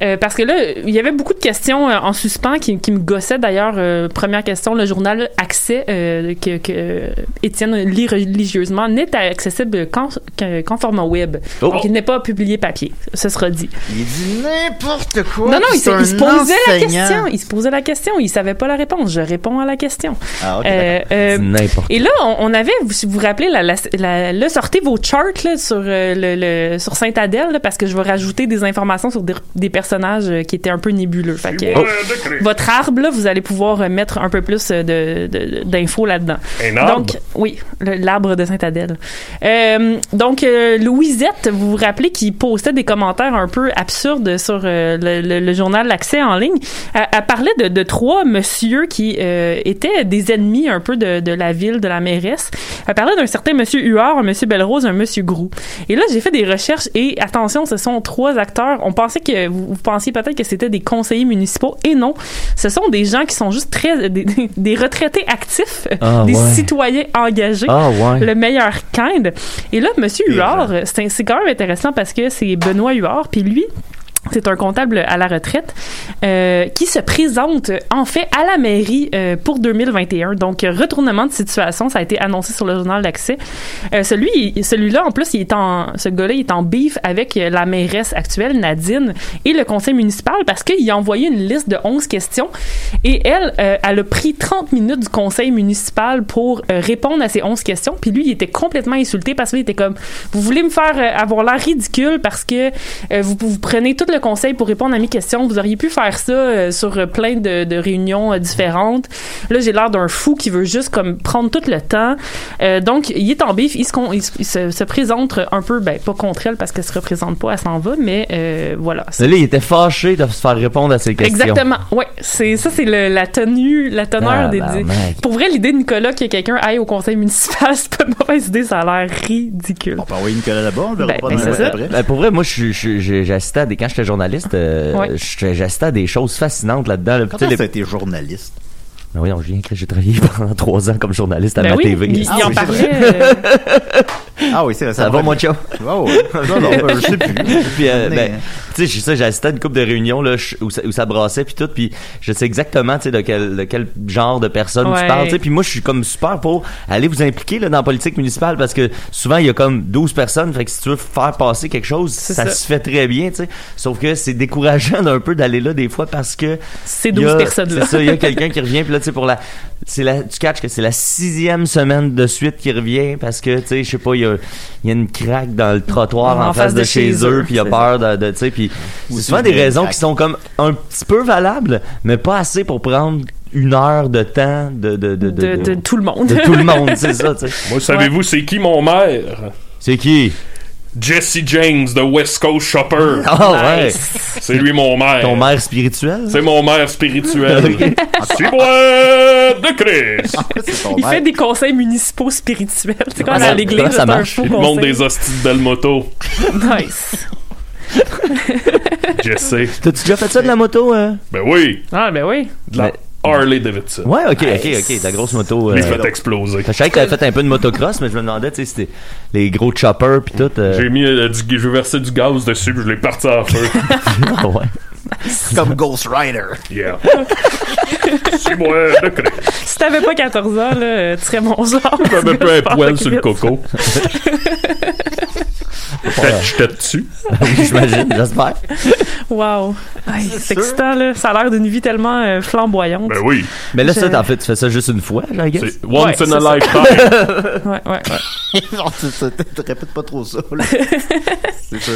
Speaker 3: euh, parce que là, il y avait beaucoup de questions euh, en suspens qui, qui me gossaient d'ailleurs. Euh, première question, le journal Accès euh, que, que Étienne lit religieusement n'est accessible qu'en, qu'en- qu'en format web.
Speaker 4: Oh.
Speaker 3: Donc, il n'est pas publié papier. Ce sera dit.
Speaker 4: Il dit n'importe quoi.
Speaker 3: non, non, il,
Speaker 4: Oh,
Speaker 3: s'est-
Speaker 4: c'est
Speaker 3: il se
Speaker 4: un
Speaker 3: posait la
Speaker 4: enseignant.
Speaker 3: question. Il se posait la question. Il savait pas la réponse. Je réponds à la question.
Speaker 4: Ah, ok,
Speaker 3: Euh, euh,
Speaker 6: N'importe.
Speaker 3: et là, on, on avait, vous- si vous vous rappelez, la, la, la- là, sortez vos charts là, sur, euh, le, le- sur Sainte-Adèle, là, parce que je vais rajouter des informations sur des, des personnages euh, qui étaient un peu nébuleux. Fait que, euh,
Speaker 7: moi, le décret.
Speaker 3: Votre arbre, là, vous allez pouvoir euh, mettre un peu plus euh, de- de- d'infos là-dedans.
Speaker 7: Un arbre?
Speaker 3: Donc, oui, le- l'arbre de Sainte-Adèle. Euh, donc, euh, Louisette, vous vous rappelez qu'il postait des commentaires un peu absurdes sur euh, le, le- le journal L'Accès en ligne. Elle, elle parlait de, de trois messieurs qui euh, étaient des ennemis un peu de, de la ville, de la mairesse. Elle parlait d'un certain monsieur Huard, un monsieur Belrose, un monsieur Grou. Et là, j'ai fait des recherches et attention, ce sont trois acteurs. On pensait que vous, vous pensiez peut-être que c'était des conseillers municipaux et non. Ce sont des gens qui sont juste très des, des retraités actifs,
Speaker 9: Ah,
Speaker 3: des
Speaker 9: ouais.
Speaker 3: citoyens engagés.
Speaker 9: Ah, ouais.
Speaker 3: Le meilleur kind. Et là, Monsieur Huard, c'est c'est quand même intéressant parce que c'est Benoît Huard, puis lui. C'est un comptable à la retraite euh, qui se présente en fait à la mairie euh, pour 2021. Donc euh, retournement de situation, ça a été annoncé sur le journal d'accès. Euh, celui, celui-là en plus, il est en, ce gars-là, il est en beef avec euh, la mairesse actuelle Nadine et le conseil municipal parce qu'il a envoyé une liste de 11 questions et elle, euh, elle a pris 30 minutes du conseil municipal pour euh, répondre à ces 11 questions. Puis lui, il était complètement insulté parce qu'il était comme Vous voulez me faire euh, avoir l'air ridicule parce que euh, vous, vous prenez tout le conseil pour répondre à mes questions. Vous auriez pu faire ça euh, sur euh, plein de, de réunions euh, différentes. Là, j'ai l'air d'un fou qui veut juste comme prendre tout le temps. Euh, donc, il est en bif. Il se, con- il se- il se- se présente un peu, ben, pas contre elle parce qu'elle se représente pas, elle s'en va, mais euh, voilà.
Speaker 6: Mais Là, il était fâché de se faire répondre à ses questions.
Speaker 3: Exactement. Ouais, c'est ça, c'est le- la tenue, la teneur des.
Speaker 6: Tabarnak.
Speaker 3: des- Pour vrai, l'idée de Nicolas que quelqu'un aille au conseil municipal, c'est pas une mauvaise idée, ça a l'air ridicule.
Speaker 4: On peut envoyer Nicolas là-bas, on verra
Speaker 3: Ben,
Speaker 4: pas
Speaker 3: ben,
Speaker 4: dans
Speaker 3: c'est
Speaker 4: la
Speaker 3: ça.
Speaker 4: après.
Speaker 6: Ben, pour vrai, moi, je- je- je- j'assistais à des. Quand j'étais journaliste, euh,
Speaker 3: Ouais.
Speaker 6: j'étais- j'assistais à des choses fascinantes là-dedans. là.
Speaker 4: Quand
Speaker 6: Tu sais,
Speaker 4: est-ce
Speaker 6: les-
Speaker 4: que t'as été journaliste?
Speaker 6: Ben voyons, je viens que j'ai travaillé pendant trois ans comme journaliste à
Speaker 4: Ben
Speaker 6: ma Ah
Speaker 4: oui,
Speaker 6: TV.
Speaker 4: il- il en parlait, Ah oui, c'est vrai.
Speaker 6: Ça va, mon chum?
Speaker 4: Oh, non, non, ben, je sais plus.
Speaker 6: puis, euh,
Speaker 4: Mais-
Speaker 6: ben, tu sais, j'ai ça, j'assistais à une couple de réunions là, je- où, ça, où ça brassait puis tout, puis je sais exactement, tu sais, de quel, de quel genre de personne
Speaker 3: Ouais.
Speaker 6: tu parles, tu sais. Puis moi, je suis comme super pour aller vous impliquer là, dans la politique municipale parce que souvent, il y a comme 12 personnes, fait que si tu veux faire passer quelque chose, ça,
Speaker 3: ça.
Speaker 6: se fait très bien, tu sais. Sauf que c'est décourageant un peu d'aller là des fois parce que...
Speaker 3: Ces
Speaker 6: il y a-
Speaker 3: 12 personnes-là.
Speaker 6: C'est ça, il y a quelqu'un qui revient, puis là, tu sais, pour la... C'est la, tu catches que c'est la sixième semaine de suite qui revient parce que, tu sais, je sais pas, il y a, il y a une craque dans le trottoir en, face de, chez eux, puis il a
Speaker 3: c'est
Speaker 6: peur de, de- tu sais, puis c'est souvent
Speaker 3: c'est
Speaker 6: des
Speaker 3: une
Speaker 6: raisons
Speaker 3: craque.
Speaker 6: qui sont comme un petit peu valables, mais pas assez pour prendre une heure de temps de, de, de,
Speaker 3: De- de tout le monde.
Speaker 6: De tout le monde, c'est ça, tu sais.
Speaker 7: Moi, savez-vous, c'est qui mon maire?
Speaker 6: C'est qui?
Speaker 7: Jesse James de West Coast Shopper.
Speaker 6: Ah ouais.
Speaker 7: C'est lui mon maire.
Speaker 6: Ton maire spirituel?
Speaker 7: C'est mon maire spirituel. C'est moi de
Speaker 3: Ah,
Speaker 7: Chris.
Speaker 3: Il fait des conseils municipaux spirituels. C'est comme à l'église, c'est un faux
Speaker 7: Il te montre
Speaker 3: conseil.
Speaker 7: des hosties d'Almoto.
Speaker 3: Nice.
Speaker 7: Jesse.
Speaker 6: T'as-tu déjà fait ça de la moto? hein?
Speaker 7: Ben oui.
Speaker 3: Ah, ben oui.
Speaker 7: De la Harley Davidson.
Speaker 6: Ouais, ok, ok,
Speaker 7: Nice.
Speaker 6: ok. Ta grosse moto. euh,
Speaker 7: Il fait exploser.
Speaker 6: Je savais que t'avais fait un peu de motocross, mais je me demandais, tu sais, c'était les gros choppers pis tout. euh,
Speaker 7: J'ai mis euh, du, j'ai versé du gaz dessus, puis je l'ai parti en feu.
Speaker 6: ah ouais.
Speaker 4: Comme Ghost Rider.
Speaker 7: Yeah. C'est moi de Chris.
Speaker 3: Si t'avais pas 14 ans, là, euh, tu serais mon genre.
Speaker 7: J'avais un peu un poil sur le
Speaker 3: coco.
Speaker 7: coco. J'étais- J'étais dessus.
Speaker 6: J'imagine, j'espère.
Speaker 3: Wow. Hey, C'est excitant, là. Ça a l'air d'une vie tellement euh, flamboyante.
Speaker 7: Ben oui.
Speaker 6: Mais là, ça,
Speaker 3: Je-
Speaker 6: en fait, tu fais ça juste une fois, là, I guess.
Speaker 7: C'est once
Speaker 3: Ouais,
Speaker 7: in a
Speaker 3: c'est ça.
Speaker 7: lifetime.
Speaker 3: ouais, ouais.
Speaker 4: Non, c'est ça, t- t- répète pas trop ça. là.
Speaker 3: Euh,
Speaker 4: c'est ça.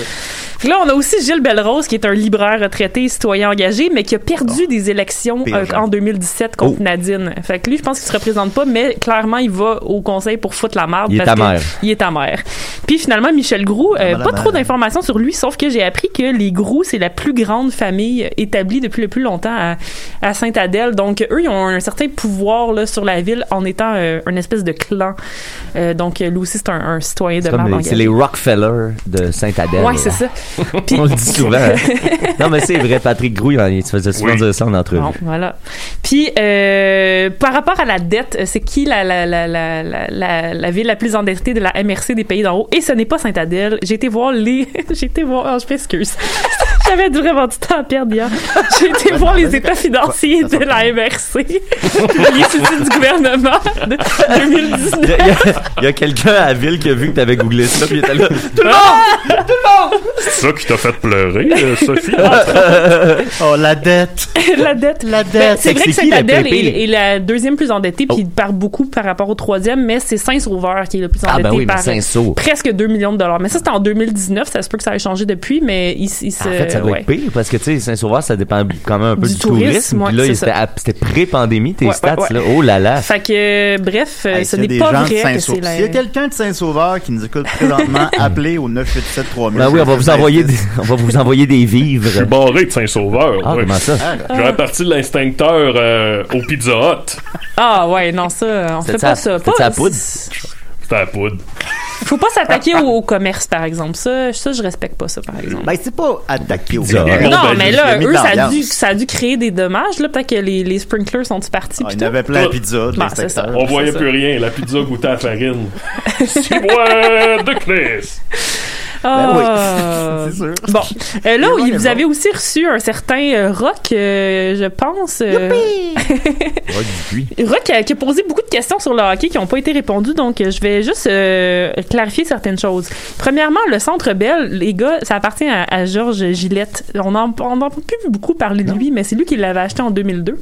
Speaker 3: Puis là, on a aussi Gilles Belrose, qui est un libraire retraité, citoyen engagé, mais qui a perdu des élections
Speaker 4: Pire
Speaker 3: euh,
Speaker 4: genre.
Speaker 3: en 2017 contre
Speaker 6: Ah. Oh.
Speaker 3: Nadine. Fait que lui, je pense qu'il se représente pas, mais clairement, il va au conseil pour foutre la merde.
Speaker 6: Il est Ah, ben
Speaker 3: parce
Speaker 6: ta
Speaker 3: que
Speaker 6: mère.
Speaker 3: Il est ta mère. Puis finalement, Michel Groux, euh,
Speaker 4: la
Speaker 3: pas trop
Speaker 4: mère.
Speaker 3: d'informations sur lui, sauf que j'ai appris que les Groux, c'est la plus grande famille établie depuis le plus longtemps à, à Sainte-Adèle. Donc, eux, ils ont un certain pouvoir là, sur la ville en étant euh, une espèce de clan. Euh, donc, lui aussi, c'est un, un citoyen de
Speaker 6: C'est comme
Speaker 3: merde
Speaker 6: les- C'est les Rockefeller de Saint-Adèle.
Speaker 3: Ouais, c'est ça. Puis-
Speaker 6: On le dit souvent. hein. non, mais c'est vrai, Patrick Grouille, hein, il se faisait souvent
Speaker 7: Oui.
Speaker 6: dire ça en entrevue.
Speaker 3: Bon, voilà. Puis, euh, par rapport à la dette, euh, c'est qui la, la, la, la, la- la, la ville la plus endettée de la MRC des pays d'en haut? Et ce n'est pas Sainte-Adèle. J'ai été voir les... J'ai été voir... Oh, je m'excuse. J'avais vraiment du temps à perdre hier. J'ai été voir les états financiers de la MRC. les soutiens du gouvernement de 2019.
Speaker 6: Il y a- il y a, il y a quelqu'un à la ville qui a vu que t'avais googlé ça, puis il était là. Tout le monde!
Speaker 7: C'est ça qui t'a fait pleurer, euh, Sophie.
Speaker 6: Ah, oh, la dette!
Speaker 3: la dette, la dette. c'est
Speaker 6: Fait que
Speaker 3: vrai que
Speaker 6: c'est qui,
Speaker 3: Sainte-Adèle
Speaker 6: le PP?
Speaker 3: est, est la deuxième plus endettée, puis
Speaker 6: Oh.
Speaker 3: il part beaucoup par rapport au troisième, mais c'est Saint-Sauveur qui est le plus
Speaker 6: Ah,
Speaker 3: endetté
Speaker 6: ben oui, mais
Speaker 3: par euh,
Speaker 6: Saint-Sauveur.
Speaker 3: presque 2 millions de dollars. Mais ça, c'était en 2019, ça se peut que ça ait changé depuis, mais il, il se...
Speaker 6: En fait, ça doit
Speaker 3: euh, ouais.
Speaker 6: être pire parce que, tu sais, Saint-Sauveur, ça dépend quand même un peu du,
Speaker 3: Du tourisme, ouais,
Speaker 6: puis là,
Speaker 3: c'est
Speaker 6: il-
Speaker 3: ça.
Speaker 6: c'était à- c'était pré-pandémie, tes
Speaker 3: Ouais, ouais,
Speaker 6: stats,
Speaker 3: ouais.
Speaker 6: là. Oh là là!
Speaker 3: Fait que, euh, bref, euh,
Speaker 4: Hey,
Speaker 3: ce
Speaker 4: s'il y a
Speaker 3: n'est
Speaker 4: des
Speaker 3: pas
Speaker 4: gens de
Speaker 3: vrai que c'est
Speaker 4: Saint-Sauveur-
Speaker 3: la...
Speaker 4: S'il y a quelqu'un de Saint-Sauveur qui nous écoute présentement, appelez au 987 3000.
Speaker 6: Ben oui, on va vous envoyer des, on va vous envoyer des
Speaker 7: Je suis
Speaker 6: vivres.
Speaker 7: barré de Saint-Sauveur.
Speaker 6: Ah,
Speaker 7: ouais.
Speaker 6: comment ça?
Speaker 7: J'ai un parti de l'instincteur euh, au Pizza Hut.
Speaker 3: Ah ouais, non, ça, on fait
Speaker 6: C'était
Speaker 3: pas
Speaker 6: à-
Speaker 3: ça.
Speaker 6: c'était
Speaker 3: Pas-
Speaker 6: à poudre?
Speaker 7: C'était à poudre.
Speaker 6: Ah,
Speaker 3: Faut pas s'attaquer au, au commerce, par exemple. Ça, ça, je respecte pas ça, par exemple.
Speaker 4: Ben, c'est pas Ah, attaqué au
Speaker 6: Bizarre.
Speaker 4: gars.
Speaker 7: Bon,
Speaker 3: non,
Speaker 7: ben,
Speaker 3: mais
Speaker 4: je
Speaker 3: là,
Speaker 4: l'ai mis
Speaker 3: eux,
Speaker 4: dans
Speaker 3: ça a,
Speaker 4: l'ambiance.
Speaker 3: dû, ça a dû créer des dommages. Là, peut-être que les, les sprinklers sont partis.
Speaker 4: Ah,
Speaker 3: puis
Speaker 4: il y
Speaker 3: tout.
Speaker 4: en avait plein de pizza, de
Speaker 3: Ben, c'est ça.
Speaker 4: l'inspecteur.
Speaker 7: On voyait
Speaker 3: c'est ça.
Speaker 7: plus rien. La pizza goûtait à la farine. C'est moi de Chris.
Speaker 3: Ah.
Speaker 4: Ben C'est sûr.
Speaker 3: Bon, Euh, là,
Speaker 4: Il est bon, il est
Speaker 3: vous
Speaker 4: bon.
Speaker 3: avez aussi reçu un certain euh, Rock, euh, je pense. euh,
Speaker 6: Rock Dupuis.
Speaker 3: Rock euh, qui a posé beaucoup de questions sur le hockey qui n'ont pas été répondues, donc euh, je vais juste euh, clarifier certaines choses. Premièrement, le Centre Bell, les gars, ça appartient à, à Georges Gillette. On n'en on n'en peut plus beaucoup parler de lui, mais c'est lui qui l'avait acheté en 2002.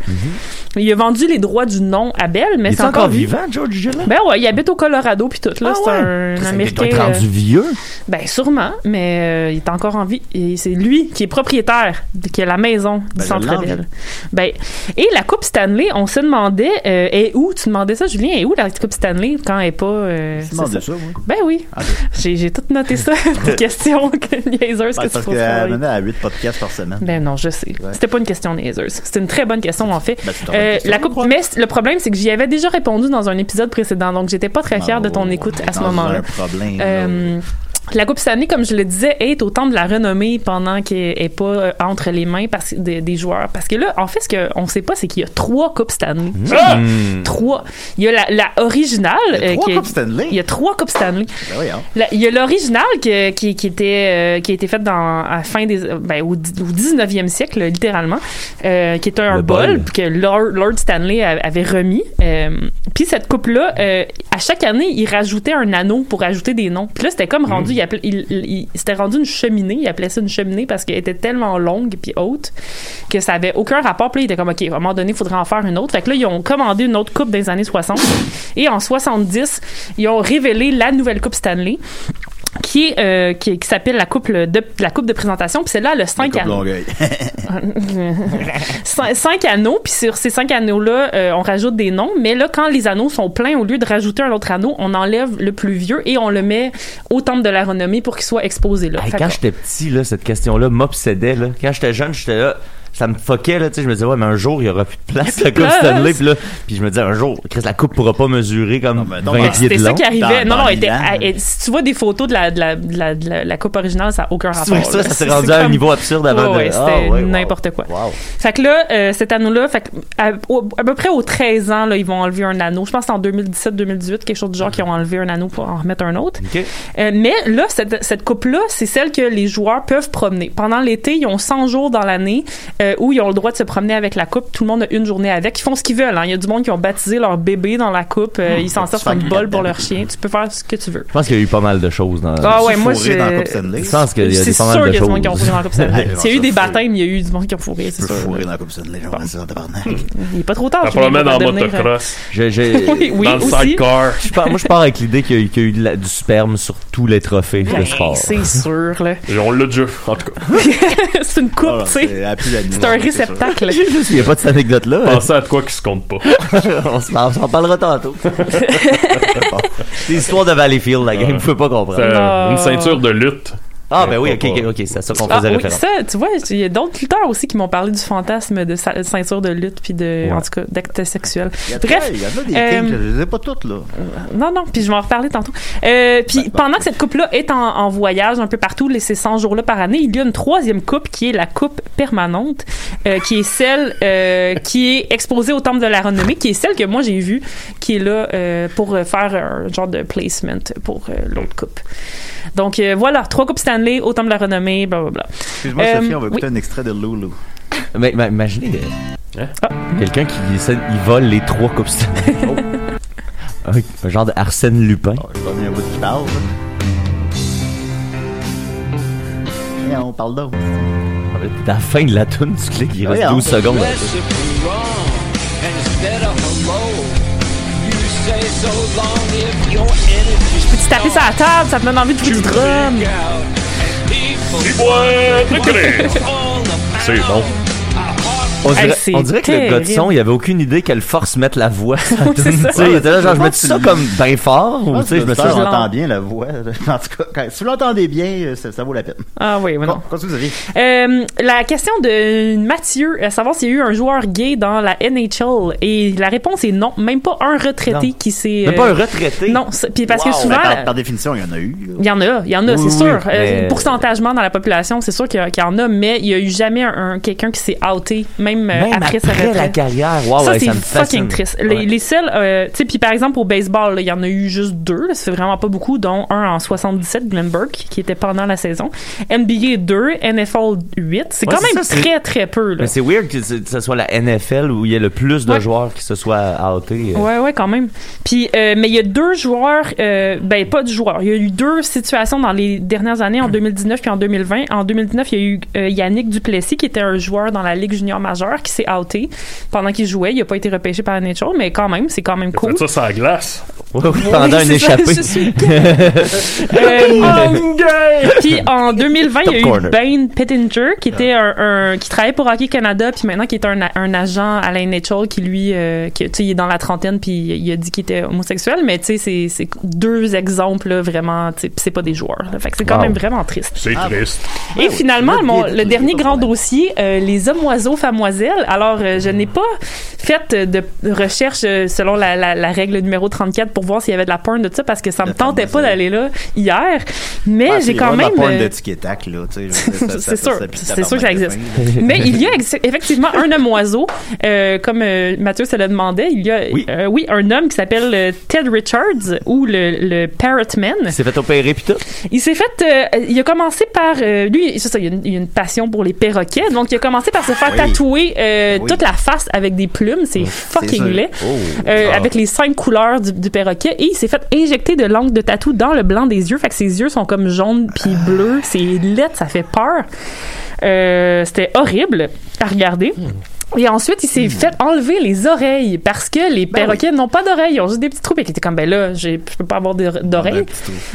Speaker 3: Il a vendu les droits du nom à Bell, mais
Speaker 6: Mhm. Il est
Speaker 3: c'est
Speaker 6: encore,
Speaker 3: encore
Speaker 6: vivant, George Gillette?
Speaker 3: Ben ouais, il habite au Colorado puis tout là, c'est un
Speaker 6: C'est
Speaker 3: Américain.
Speaker 6: un
Speaker 3: euh,
Speaker 6: rendu vieux.
Speaker 3: ben sûrement, mais euh, il est encore en vie et c'est lui qui est propriétaire de- qui a la maison du
Speaker 4: Ben, je
Speaker 3: centre
Speaker 4: l'envie.
Speaker 3: ville. Ben et la coupe Stanley, on se demandait euh, est où Tu demandais ça, Julien, est où la coupe Stanley quand elle est pas euh,
Speaker 4: Tu
Speaker 3: c'est
Speaker 4: demandes
Speaker 3: ça?
Speaker 4: ça, oui.
Speaker 3: Ben oui,
Speaker 4: Ah,
Speaker 3: j'ai j'ai tout noté ça. Des questions que- niaiseuses que
Speaker 4: Ben,
Speaker 3: tu
Speaker 4: Parce
Speaker 3: poses.
Speaker 4: qu'elle menait à 8 podcasts par semaine.
Speaker 3: Ben non, je sais.
Speaker 4: Ouais.
Speaker 3: C'était pas une question niaiseuse. C'était une très bonne question, en fait.
Speaker 4: Ben, c'est une
Speaker 3: Euh,
Speaker 4: bonne question,
Speaker 3: la coupe, mais c- le problème, c'est que j'y avais déjà répondu dans un épisode précédent, donc j'étais pas très fière de ton
Speaker 4: Oh,
Speaker 3: écoute à ce
Speaker 4: dans
Speaker 3: moment-là.
Speaker 4: un problème. Ben là.
Speaker 3: Euh, la Coupe Stanley, comme je le disais, est au temps de la renommée pendant qu'elle n'est pas euh, entre les mains parce, des, des joueurs. Parce que là, en fait, ce qu'on ne sait pas, c'est qu'il y a trois Coupes Stanley.
Speaker 7: Ah!
Speaker 3: Trois. Il y a la, la originale.
Speaker 4: Il y a
Speaker 3: euh,
Speaker 4: hein. trois
Speaker 3: qui est-
Speaker 4: Coupes Stanley?
Speaker 3: Il y a trois Coupes Stanley.
Speaker 4: Ben voyons.
Speaker 3: La- Il y a l'original qui, qui, qui était euh, qui a été faite dans à la fin des ben, au, dix- au 19e siècle littéralement euh, qui était un
Speaker 6: Le
Speaker 3: bol
Speaker 6: bol.
Speaker 3: que Lord, Lord Stanley a- avait remis Euh, puis cette coupe là à chaque année il rajoutait un anneau pour ajouter des noms puis là c'était comme rendu
Speaker 6: Mm.
Speaker 3: il appelait- il, il- il- c'était rendu une cheminée il appelait ça une cheminée parce qu'elle était tellement longue puis haute que ça avait aucun rapport puis là, il était comme ok à un moment donné il faudrait en faire une autre fait que là ils ont commandé une autre coupe dans les années 60 et en 70 ils ont révélé la nouvelle coupe Stanley qui est, euh, qui, est- qui s'appelle la coupe de la coupe de présentation puis celle-là elle a cinq
Speaker 4: Coupe
Speaker 3: anneaux
Speaker 4: Longueuil.
Speaker 3: Cin- cinq anneaux puis sur ces cinq anneaux là on rajoute des noms mais là quand les anneaux sont pleins au lieu de rajouter un autre anneau on enlève le plus vieux et on le met au temple de la renommée pour qu'il soit exposé là
Speaker 6: Hey,
Speaker 3: Fait
Speaker 6: quand
Speaker 3: que-
Speaker 6: j'étais petit, là, cette question-là m'obsédait. là. Quand j'étais jeune, j'étais là. Ça me fuckait, là, tu sais, je me disais, ouais, mais un jour, il n'y aura plus de place, la
Speaker 3: de
Speaker 6: Coupe
Speaker 3: place.
Speaker 6: Stanley, puis là, puis je me disais, un jour, Chris, la Coupe pourra pas mesurer comme 20
Speaker 3: Ben,
Speaker 6: pieds de
Speaker 3: c'était
Speaker 6: long.
Speaker 3: ça qui arrivait. non, non, elle était- elle- elle- si tu vois des photos de la, de la, de la, de la- la coupe originale, ça n'a aucun
Speaker 6: C'est
Speaker 3: rapport.
Speaker 6: vrai que ça,
Speaker 3: là.
Speaker 6: ça s'est
Speaker 3: C'est
Speaker 6: rendu à un
Speaker 3: comme-
Speaker 6: niveau absurde avant
Speaker 3: Ouais, ouais,
Speaker 6: de- Ah,
Speaker 3: c'était
Speaker 6: ouais, wow.
Speaker 3: n'importe quoi. Fait que là, euh, cet anneau-là, fait que à, au- à peu près aux 13 ans, là, ils vont enlever un anneau. Je pense que c'est en 2017-2018, quelque chose du
Speaker 6: Mhm.
Speaker 3: genre, qu'ils ont enlevé un anneau pour en remettre un autre.
Speaker 6: OK.
Speaker 3: Euh, mais là, cette, cette coupe-là, c'est celle que les joueurs peuvent promener. Pendant l'été, ils ont 100 jours dans l'année euh, où ils ont le droit de se promener avec la coupe. Tout le monde a une journée avec. Ils font ce qu'ils veulent. hein. Il y a du monde qui ont baptisé leur bébé dans la coupe. Euh,
Speaker 6: Mmh.
Speaker 3: ils s'en
Speaker 6: Tu
Speaker 3: servent
Speaker 6: fais
Speaker 3: comme
Speaker 6: un
Speaker 3: bol pour leur chien. Tu peux faire ce que tu veux.
Speaker 6: Je pense qu'il y a eu pas mal de choses dans
Speaker 3: Ah ouais, moi,
Speaker 6: fourré
Speaker 3: je-
Speaker 6: dans la Coupe Stanley. Je pense qu'il y a
Speaker 3: C'est
Speaker 6: des- pas
Speaker 3: sûr
Speaker 6: mal de
Speaker 3: qu'il y a du
Speaker 6: choses.
Speaker 3: monde qui ont fourré dans la coupe Stanley. S'il y a eu des baptêmes, il y a eu du monde qui ont fourré, c'est
Speaker 4: Tu peux
Speaker 3: sûr.
Speaker 4: fourrer dans la Coupe Stanley, j'en ai ça dans tabarnak.
Speaker 3: Il est pas trop tard.
Speaker 7: La
Speaker 3: Julien,
Speaker 7: promène
Speaker 3: pour
Speaker 7: en
Speaker 3: devenir, euh,
Speaker 7: motocross.
Speaker 6: Je- je-
Speaker 3: Oui, oui, Dans le aussi. sidecar.
Speaker 6: Je pars- moi, je pars avec l'idée qu'il y a eu, qu'il y a eu de la- du sperme sur tous les trophées de
Speaker 3: Ben,
Speaker 6: sport.
Speaker 3: C'est sûr, là.
Speaker 7: On l'a déjà, en tout cas.
Speaker 3: c'est une coupe, tu sais. C'est un réceptacle.
Speaker 6: Il n'y a pas de cette anecdote-là.
Speaker 7: Pensez à de quoi qui se compte pas.
Speaker 6: on s'en on s'en parlera tantôt. C'est l'histoire de Valleyfield, la game, vous pouvez pas
Speaker 3: Ah.
Speaker 6: comprendre.
Speaker 7: C'est, euh, une ceinture de lutte.
Speaker 6: Ah, ben oui,
Speaker 7: Pas-
Speaker 6: ok, ok,
Speaker 7: pas-
Speaker 6: ok, c'est à ça qu'on
Speaker 3: Ah
Speaker 6: faisait
Speaker 3: oui,
Speaker 6: référence.
Speaker 3: ça, tu vois, il y a d'autres lutteurs aussi qui m'ont parlé du fantasme de sa- ceinture de lutte puis de,
Speaker 4: Ouais.
Speaker 3: en tout cas, d'actes sexuels.
Speaker 4: Il y a-
Speaker 3: Bref.
Speaker 4: il y en a des
Speaker 3: euh,
Speaker 4: kinks, je les ai pas toutes, là.
Speaker 3: non, non, puis je vais en reparler tantôt. Euh, puis pendant que cette coupe-là est en, en voyage un peu partout, les- ces 100 jours-là par année, il y a une troisième coupe qui est la coupe permanente, euh, qui est celle euh, qui est exposée au Temple de la Renommée, qui est celle que moi j'ai vue, qui est là euh, pour euh, faire un genre de placement pour euh, l'autre coupe. Donc euh, voilà, trois coupes Stanley au Temple de la Renommée, blablabla.
Speaker 4: Excuse-moi,
Speaker 3: Euh,
Speaker 4: Sophie, on va
Speaker 3: oui.
Speaker 4: écouter un extrait de Oh, Loulou.
Speaker 6: Mais, mais imaginez euh, quelqu'un qui essaie- il vole les trois coupes Stanley. Un genre de Arsène Lupin.
Speaker 4: un bout qui parle. Et on parle d'autre.
Speaker 6: À la fin de la tune, tu cliques, il reste 12 secondes.
Speaker 8: Yes, if you're wrong, instead of hello, you say so long if your energy's
Speaker 3: Peux-tu taper ça à la table? Ça te donne envie de jouer du drum.
Speaker 7: C'est bon.
Speaker 6: On dirait,
Speaker 3: Hey, c'est
Speaker 6: on dirait que le gars de son,
Speaker 3: terrible.
Speaker 6: il avait aucune idée qu'elle force mettre la voix. sur la
Speaker 4: Oui, c'est
Speaker 6: tune,
Speaker 4: ça.
Speaker 6: tu sais, il était là, genre, je mets
Speaker 4: Je
Speaker 6: ça
Speaker 4: pense que-
Speaker 6: comme bien fort,
Speaker 3: Ah,
Speaker 4: Ah,
Speaker 6: ou tu sais, je me suis
Speaker 4: on entend bien la voix. En tout cas, quand- si vous l'entendez bien, euh, ça, ça vaut la peine.
Speaker 3: Ah oui, mais non.
Speaker 4: Qu'est-ce que vous avez?
Speaker 3: Euh, la question de Mathieu, à savoir s'il y a eu un joueur gay dans la NHL, et la réponse est non, même pas un retraité
Speaker 4: Non.
Speaker 3: qui s'est.
Speaker 4: Même pas un
Speaker 3: retraité. euh, Non, c'est- puis parce que
Speaker 4: Wow.
Speaker 3: souvent.
Speaker 4: Ben, Par, par définition, il y en a eu.
Speaker 3: Il y en a, il y en a,
Speaker 4: Oui,
Speaker 3: c'est
Speaker 4: oui,
Speaker 3: sûr. Euh,
Speaker 4: mais-
Speaker 3: pourcentagement dans la population, c'est sûr qu'il y, a- qu'il y en a, mais il n'y a eu jamais un, un- quelqu'un qui s'est outé, même, euh,
Speaker 6: Même
Speaker 3: après, sa
Speaker 6: après
Speaker 3: retraite.
Speaker 6: la carrière. Wow,
Speaker 3: ça,
Speaker 6: ouais,
Speaker 3: c'est
Speaker 6: ça me fascine.
Speaker 3: fucking triste. Les,
Speaker 6: Ouais.
Speaker 3: les seuls, euh, tu sais, puis par exemple, au baseball, là, il y en a eu juste deux, là, c'est vraiment pas beaucoup, dont un en 77, Glenn Burke, qui était pendant la saison. NBA 2, NFL 8, c'est
Speaker 6: Ouais,
Speaker 3: quand
Speaker 6: c'est
Speaker 3: même
Speaker 6: ça, c'est-
Speaker 3: très, très peu, là.
Speaker 6: Mais c'est weird que ce que ce soit la NFL où il y a le plus de joueurs qui se soient outés. euh.
Speaker 3: Ouais, ouais, quand même. Puis, euh, mais il y a deux joueurs, euh, ben pas de joueurs. Il y a eu deux situations dans les dernières années, en 2019 puis en 2020. En 2019, il y a eu euh, Yannick Duplessis, qui était un joueur dans la Ligue junior majeure, qui s'est outé pendant qu'il jouait. Il a pas été repêché par la Nature, mais quand même, c'est quand même cool.
Speaker 7: Ça, c'est à la glace.
Speaker 6: pendant un
Speaker 3: c'est ça,
Speaker 6: échappé.
Speaker 3: je suis Euh,
Speaker 7: I'm gay!
Speaker 3: Puis en 2020, il y a eu
Speaker 6: Top corner.
Speaker 3: Bane Pettinger qui était un, un- qui travaillait pour Hockey Canada puis maintenant qui est un, un agent à la NHL qui lui euh, qui tu sais il est dans la trentaine puis il a dit qu'il était homosexuel mais tu sais c'est c'est deux exemples là, vraiment tu sais, puis c'est pas des joueurs. là. Fait que c'est quand
Speaker 7: Wow.
Speaker 3: même vraiment triste.
Speaker 7: C'est triste.
Speaker 3: Et finalement, mon- le dernier grand dossier, euh, les hommes oiseaux, famoiselles. Alors, euh, je n'ai pas fait euh, de recherche euh, selon la, la- la règle numéro 34 pour voir s'il y avait de la porn de ça parce que ça me tentait pas d'aller là hier. Mais
Speaker 4: Ah, c'est
Speaker 3: j'ai quand
Speaker 4: vraiment
Speaker 3: même.
Speaker 4: La porn
Speaker 3: euh,
Speaker 4: de tic et tac, là. tu sais, ça- ça-
Speaker 3: c'est
Speaker 4: ça-
Speaker 3: sûr,
Speaker 4: ça pique
Speaker 3: c'est sûr que ça
Speaker 4: tabarnak
Speaker 3: existe.
Speaker 4: de fin.
Speaker 3: Mais il y a ex- effectivement un homme oiseau, euh, comme euh, Mathieu se le demandait, il y a euh, oui un homme qui s'appelle euh, Ted Richards ou le, le Parrot Man.
Speaker 6: Il s'est fait opérer puis tout.
Speaker 3: Il s'est fait. euh, il a commencé par. euh, lui, c'est ça, il a, une, il a une passion pour les perroquets. Donc, il a commencé par se faire
Speaker 6: Oui. Ah
Speaker 3: tatouer euh,
Speaker 6: Oui. Mm.
Speaker 3: toute la face avec des plumes. C'est
Speaker 6: c'est
Speaker 3: fucking
Speaker 6: sûr.
Speaker 3: laid.
Speaker 6: Oh.
Speaker 3: Euh,
Speaker 6: Ah.
Speaker 3: Avec les cinq couleurs du, du perroquet. Et il s'est fait injecter de l'encre de tatou dans le blanc des yeux. Fait que ses yeux sont comme jaunes puis
Speaker 6: Ah.
Speaker 3: bleus. C'est laid, ça fait peur. Euh, C'était horrible à regarder.
Speaker 6: Hmm.
Speaker 3: Et ensuite, il s'est fait enlever les oreilles parce que les
Speaker 6: Ben
Speaker 3: perroquets n'ont pas d'oreilles, ils ont juste des petits trous. Et il était comme, ben là, j'ai- je peux pas avoir d'or- d'oreilles.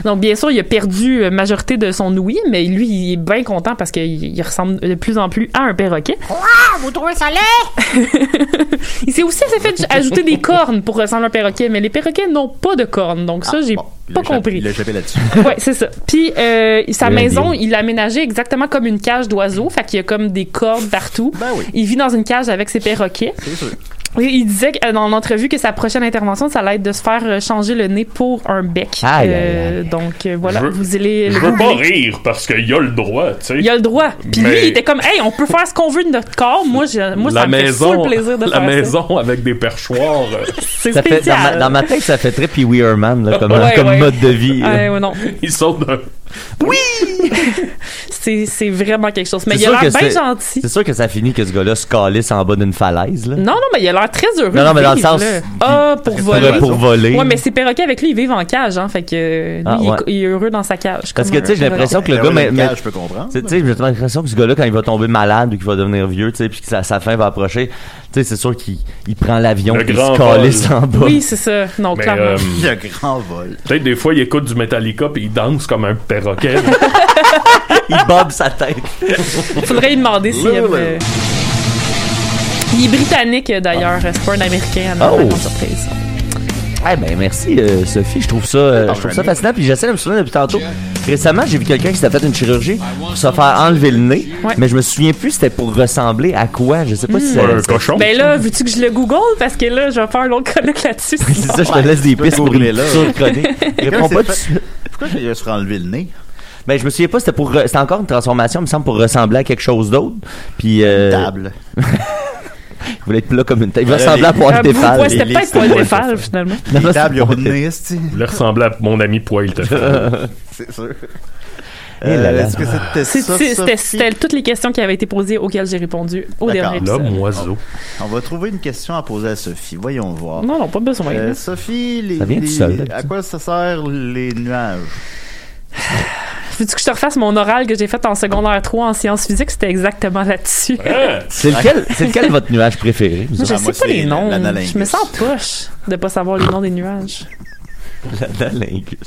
Speaker 3: Donc, bien sûr, il a perdu euh, majorité de son ouïe, mais lui, il est bien content parce qu'il il ressemble de plus en plus à un perroquet.
Speaker 5: Ah, vous trouvez ça laid?
Speaker 3: Il s'est aussi assez fait j- ajouter des cornes pour ressembler à un perroquet, mais les perroquets n'ont pas de cornes, donc
Speaker 5: Ah,
Speaker 3: ça, j'ai pas compris.
Speaker 4: Il a échappé là-dessus.
Speaker 3: ouais, c'est ça. Puis euh, sa
Speaker 4: Le
Speaker 3: maison,
Speaker 4: deal.
Speaker 3: il l'a aménagée exactement comme une cage d'oiseaux, fait qu'il y a comme des cordes partout.
Speaker 7: Ben
Speaker 3: Il vit dans une cage avec ses perroquets. Et il disait que, euh, dans l'entrevue que sa prochaine intervention, ça allait être de se faire euh, changer le nez pour un bec.
Speaker 7: Aïe, aïe,
Speaker 3: Euh, donc euh, voilà,
Speaker 7: je veux,
Speaker 3: vous allez
Speaker 7: je
Speaker 3: le
Speaker 7: veux pas
Speaker 3: googler.
Speaker 7: rire parce qu'il a le droit, tu sais.
Speaker 3: Il a le droit. Puis lui,
Speaker 7: Mais-
Speaker 3: il était comme, hey, on peut faire ce qu'on veut de notre corps. Moi, je- moi
Speaker 7: la
Speaker 3: ça me fait
Speaker 7: maison,
Speaker 3: full plaisir de
Speaker 7: la
Speaker 3: faire ça.
Speaker 7: maison avec des perchoirs. euh,
Speaker 3: C'est
Speaker 6: Ça fait, dans,
Speaker 3: spécial.
Speaker 6: ma, dans ma tête, ça fait très Pee Wee Herman là, comme,
Speaker 3: Ouais,
Speaker 6: comme
Speaker 3: ouais.
Speaker 6: mode de vie. là.
Speaker 3: Ouais, ouais, non.
Speaker 7: Ils sont de...
Speaker 3: C'est c'est vraiment quelque chose. Mais
Speaker 6: C'est
Speaker 3: il a
Speaker 6: sûr
Speaker 3: l'air
Speaker 6: que
Speaker 3: bien
Speaker 6: c'est-
Speaker 3: gentil.
Speaker 6: C'est sûr que ça finit que ce gars-là se calisse en bas d'une falaise. Là.
Speaker 3: Non, non, mais il a l'air très heureux.
Speaker 6: Non, non, mais
Speaker 3: de
Speaker 6: dans le
Speaker 3: vivre,
Speaker 6: sens-
Speaker 3: là. Ah, pour
Speaker 6: Pour-
Speaker 3: voler.
Speaker 6: pour voler.
Speaker 3: Ouais, mais ces perroquets avec lui, ils vivent en cage, hein. Fait que euh, lui,
Speaker 6: Ah,
Speaker 3: il, est,
Speaker 6: ouais.
Speaker 3: il est heureux dans sa cage.
Speaker 6: Parce que
Speaker 3: comme
Speaker 4: hein.
Speaker 6: tu sais, j'ai
Speaker 3: un
Speaker 6: l'impression que le
Speaker 3: perroquet.
Speaker 6: gars, mais,
Speaker 4: gars,
Speaker 6: mais-
Speaker 4: je peux
Speaker 3: Ah,
Speaker 4: comprendre.
Speaker 3: ben,
Speaker 6: Tu sais, tu sais, j'ai l'impression que ce gars-là, quand il va tomber malade ou qu'il va devenir vieux, tu sais, puis que sa, sa fin va approcher, tu sais, c'est sûr qu'il il prend l'avion,
Speaker 7: Le
Speaker 6: puis il
Speaker 7: grand
Speaker 6: se calisse
Speaker 7: vol.
Speaker 6: en bas.
Speaker 3: Oui, c'est ça. Non,
Speaker 7: Mais,
Speaker 3: Oh, clairement.
Speaker 7: euh,
Speaker 4: grand vol.
Speaker 7: Peut-être des fois, il écoute du Metallica puis il danse comme un perroquet.
Speaker 6: il bob sa tête.
Speaker 3: Faudrait lui demander s'il aime. euh, Il est britannique, euh, d'ailleurs. C'est pas un américain. alors, euh,
Speaker 6: Oh.
Speaker 3: bonne surprise.
Speaker 6: Eh ben merci euh, Sophie, je trouve ça euh, je trouve ça fascinant puis j'essaie de me souvenir depuis tantôt. Récemment, j'ai vu quelqu'un qui s'était fait une chirurgie pour se faire enlever le nez,
Speaker 3: Ouais.
Speaker 6: mais je me souviens plus c'était pour ressembler à quoi, je sais pas si
Speaker 3: Mm.
Speaker 6: ça
Speaker 3: Un
Speaker 7: cochon.
Speaker 3: Ben là, veux-tu que je le google? Parce que là, je vais faire un autre colloque là-dessus.
Speaker 6: C'est ça, je te laisse des pistes pour une future chronique. Réponds pas tout de suite.
Speaker 4: Pourquoi il se fait enlever le nez?
Speaker 6: Ben, je me souviens pas, c'était pour. re- C'était encore une transformation, il me semble, pour ressembler à quelque chose d'autre. Puis. Euh...
Speaker 4: table.
Speaker 6: il voulait être plat comme une table. Il
Speaker 7: Ouais,
Speaker 6: ressemblait à
Speaker 7: les-
Speaker 6: Poil
Speaker 7: Ah,
Speaker 6: des
Speaker 7: vous,
Speaker 6: Falles.
Speaker 7: ouais, c'était Les- peut-être les- Poil des Falles,
Speaker 3: finalement.
Speaker 6: Non, non, c'est pas-
Speaker 7: Vous voulez ressembler à mon ami Poil Tefal.
Speaker 4: C'est sûr. Euh,
Speaker 7: Eh là là.
Speaker 4: Est-ce que
Speaker 6: Ah.
Speaker 4: c'était
Speaker 3: C'est-
Speaker 4: ça?
Speaker 3: c'est- C'était
Speaker 4: Sophie?
Speaker 3: c'était toutes les questions qui avaient été posées auxquelles j'ai répondu au dernier
Speaker 4: D'accord.
Speaker 3: épisode.
Speaker 4: On va trouver une question à poser à Sophie. Voyons voir.
Speaker 3: Non, non, pas besoin.
Speaker 4: Euh, Sophie, les,
Speaker 6: Ça vient tout
Speaker 4: les-
Speaker 6: seul, là,
Speaker 4: à quoi ça sert les nuages?
Speaker 3: Veux-tu que je te refasse mon oral que j'ai fait en secondaire 3 en sciences physiques? C'était exactement là-dessus.
Speaker 4: Ah.
Speaker 6: C'est lequel, c'est lequel votre nuage préféré? vous
Speaker 3: Moi, je
Speaker 6: autres?
Speaker 3: sais pas les noms. Je me sens poche de pas savoir les noms des nuages.
Speaker 6: L'analingus.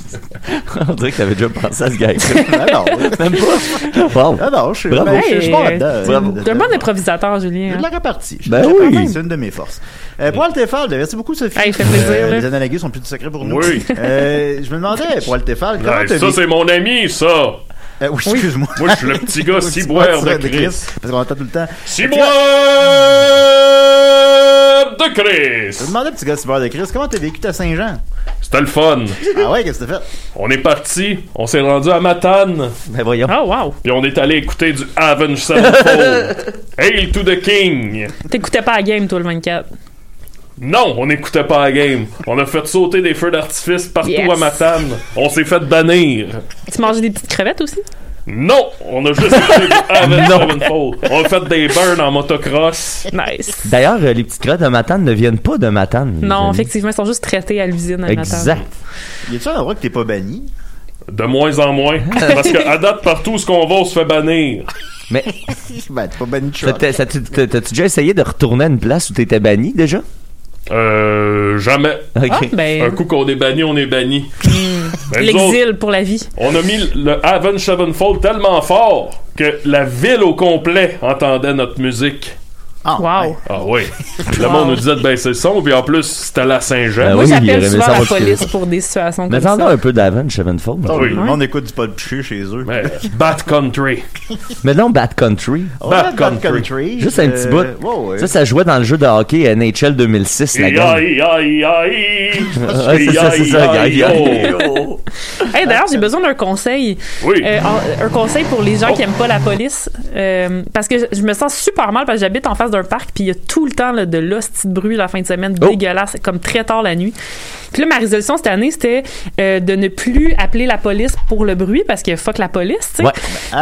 Speaker 6: On dirait que t'avais déjà pensé à ce gars-là.
Speaker 4: Ah non.
Speaker 6: Même pas. Wow.
Speaker 4: Ah non, je suis-
Speaker 6: Bravo.
Speaker 4: ben, je- je suis pas
Speaker 3: Hey,
Speaker 4: là-dedans.
Speaker 3: t'es-
Speaker 4: Bravo.
Speaker 3: T'es un bon improvisateur, Julien.
Speaker 4: Je la
Speaker 3: hein.
Speaker 4: répartis. Je
Speaker 6: Ben
Speaker 4: la répartis,
Speaker 6: oui.
Speaker 4: C'est une de mes forces. Euh, pour Altefal, merci beaucoup, Sophie.
Speaker 3: Hey, fait plaisir,
Speaker 4: Euh,
Speaker 3: là.
Speaker 4: les analogues sont plus de secret pour nous.
Speaker 7: Oui.
Speaker 4: Euh, je me demandais, pour Altefal, comment
Speaker 7: Ouais,
Speaker 4: t'as
Speaker 7: ça,
Speaker 4: vécu-
Speaker 7: c'est mon ami, ça!
Speaker 4: Euh, oui, excuse-moi.
Speaker 7: Moi, je suis le petit gars
Speaker 4: Le petit
Speaker 7: ciboire
Speaker 4: boire
Speaker 7: de Christ.
Speaker 4: Parce qu'on entend tout le temps.
Speaker 7: Ciboire de Chris!
Speaker 4: Je me demandais, petit gars ciboire de Christ, comment t'as vécu ta Saint-Jean?
Speaker 7: C'était le fun!
Speaker 4: Ah ouais, qu'est-ce que t'as fait?
Speaker 7: On est parti, on s'est rendu à Matane.
Speaker 6: Ben voyons.
Speaker 4: Ah.
Speaker 3: Oh, wow.
Speaker 7: Puis on est allé écouter du Avenged Sevenfold. Hail to the King!
Speaker 3: T'écoutais pas la game, toi, le 24.
Speaker 7: Non, on n'écoutait pas la game. On a fait sauter des feux d'artifice partout
Speaker 3: Yes.
Speaker 7: à Matane. On s'est fait bannir.
Speaker 3: Tu mangeais des petites crevettes aussi?
Speaker 7: Non, on a juste écouté du Avenged Sevenfold. On a fait des burns en motocross.
Speaker 3: Nice.
Speaker 6: D'ailleurs, euh, les petites crottes de Matane ne viennent pas de Matane. les
Speaker 3: Non,
Speaker 6: amis.
Speaker 3: effectivement, ils sont juste traités à l'usine. à Matane.
Speaker 6: Exact.
Speaker 4: Y a-tu un endroit que t'es pas banni?
Speaker 7: De moins en moins. Parce que à date, partout où ce qu'on va, on se fait bannir.
Speaker 6: Mais
Speaker 4: Ben, t'es pas banni de
Speaker 6: ça
Speaker 4: choc.
Speaker 6: t'est- ça t'est- t'as- t'as-tu déjà essayé de retourner à une place où t'étais banni déjà?
Speaker 7: Euh, jamais.
Speaker 6: Ok.
Speaker 3: Ah, ben-
Speaker 7: Un coup qu'on est banni, on est banni. Ben, nous autres,
Speaker 3: L'exil pour la vie.
Speaker 7: on a mis le Avenged Sevenfold tellement fort que la ville au complet entendait notre musique.
Speaker 4: Ah,
Speaker 3: Wow.
Speaker 7: Ah oui. Le monde nous disait de baisser le son, puis en plus, c'était la Saint-Jean.
Speaker 6: Ben
Speaker 3: Moi,
Speaker 6: oui, il
Speaker 3: j'appelle
Speaker 6: aurait aimé
Speaker 3: souvent
Speaker 6: ça,
Speaker 3: la
Speaker 6: moi, je
Speaker 3: police
Speaker 6: sais.
Speaker 3: pour des situations
Speaker 6: Mais
Speaker 3: comme
Speaker 6: attendons
Speaker 3: ça.
Speaker 6: un peu d'avant Sevenfold.
Speaker 7: Ah oui.
Speaker 4: Le monde écoute du pas de pichu chez eux.
Speaker 7: Mais, Bat Country.
Speaker 6: Mais non, Bad Country.
Speaker 4: On
Speaker 7: Bad
Speaker 4: a le Bad
Speaker 7: Country.
Speaker 4: Country.
Speaker 6: Juste un petit
Speaker 4: Euh,
Speaker 6: bout.
Speaker 4: ouais, ouais.
Speaker 6: Ça, ça jouait dans le jeu de hockey NHL 2006, la
Speaker 7: Aïe,
Speaker 6: gang.
Speaker 7: aïe, aïe, aïe.
Speaker 6: Ah, c'est ça, c'est ça,
Speaker 7: Aïe,
Speaker 6: aïe,
Speaker 7: aïe,
Speaker 6: aïe.
Speaker 7: oh.
Speaker 3: Hey, D'ailleurs, j'ai besoin d'un conseil.
Speaker 7: Oui.
Speaker 3: Euh, en- un conseil pour les gens qui aiment pas la police. Euh, parce que je, je me sens super mal parce que j'habite en face d'un parc puis il y a tout le temps là, de l'hostie de bruit la fin de semaine
Speaker 6: Oh.
Speaker 3: dégueulasse, comme très tard la nuit. Puis là, ma résolution cette année, c'était euh, de ne plus appeler la police pour le bruit parce que fuck la police, tu sais.
Speaker 6: Ouais.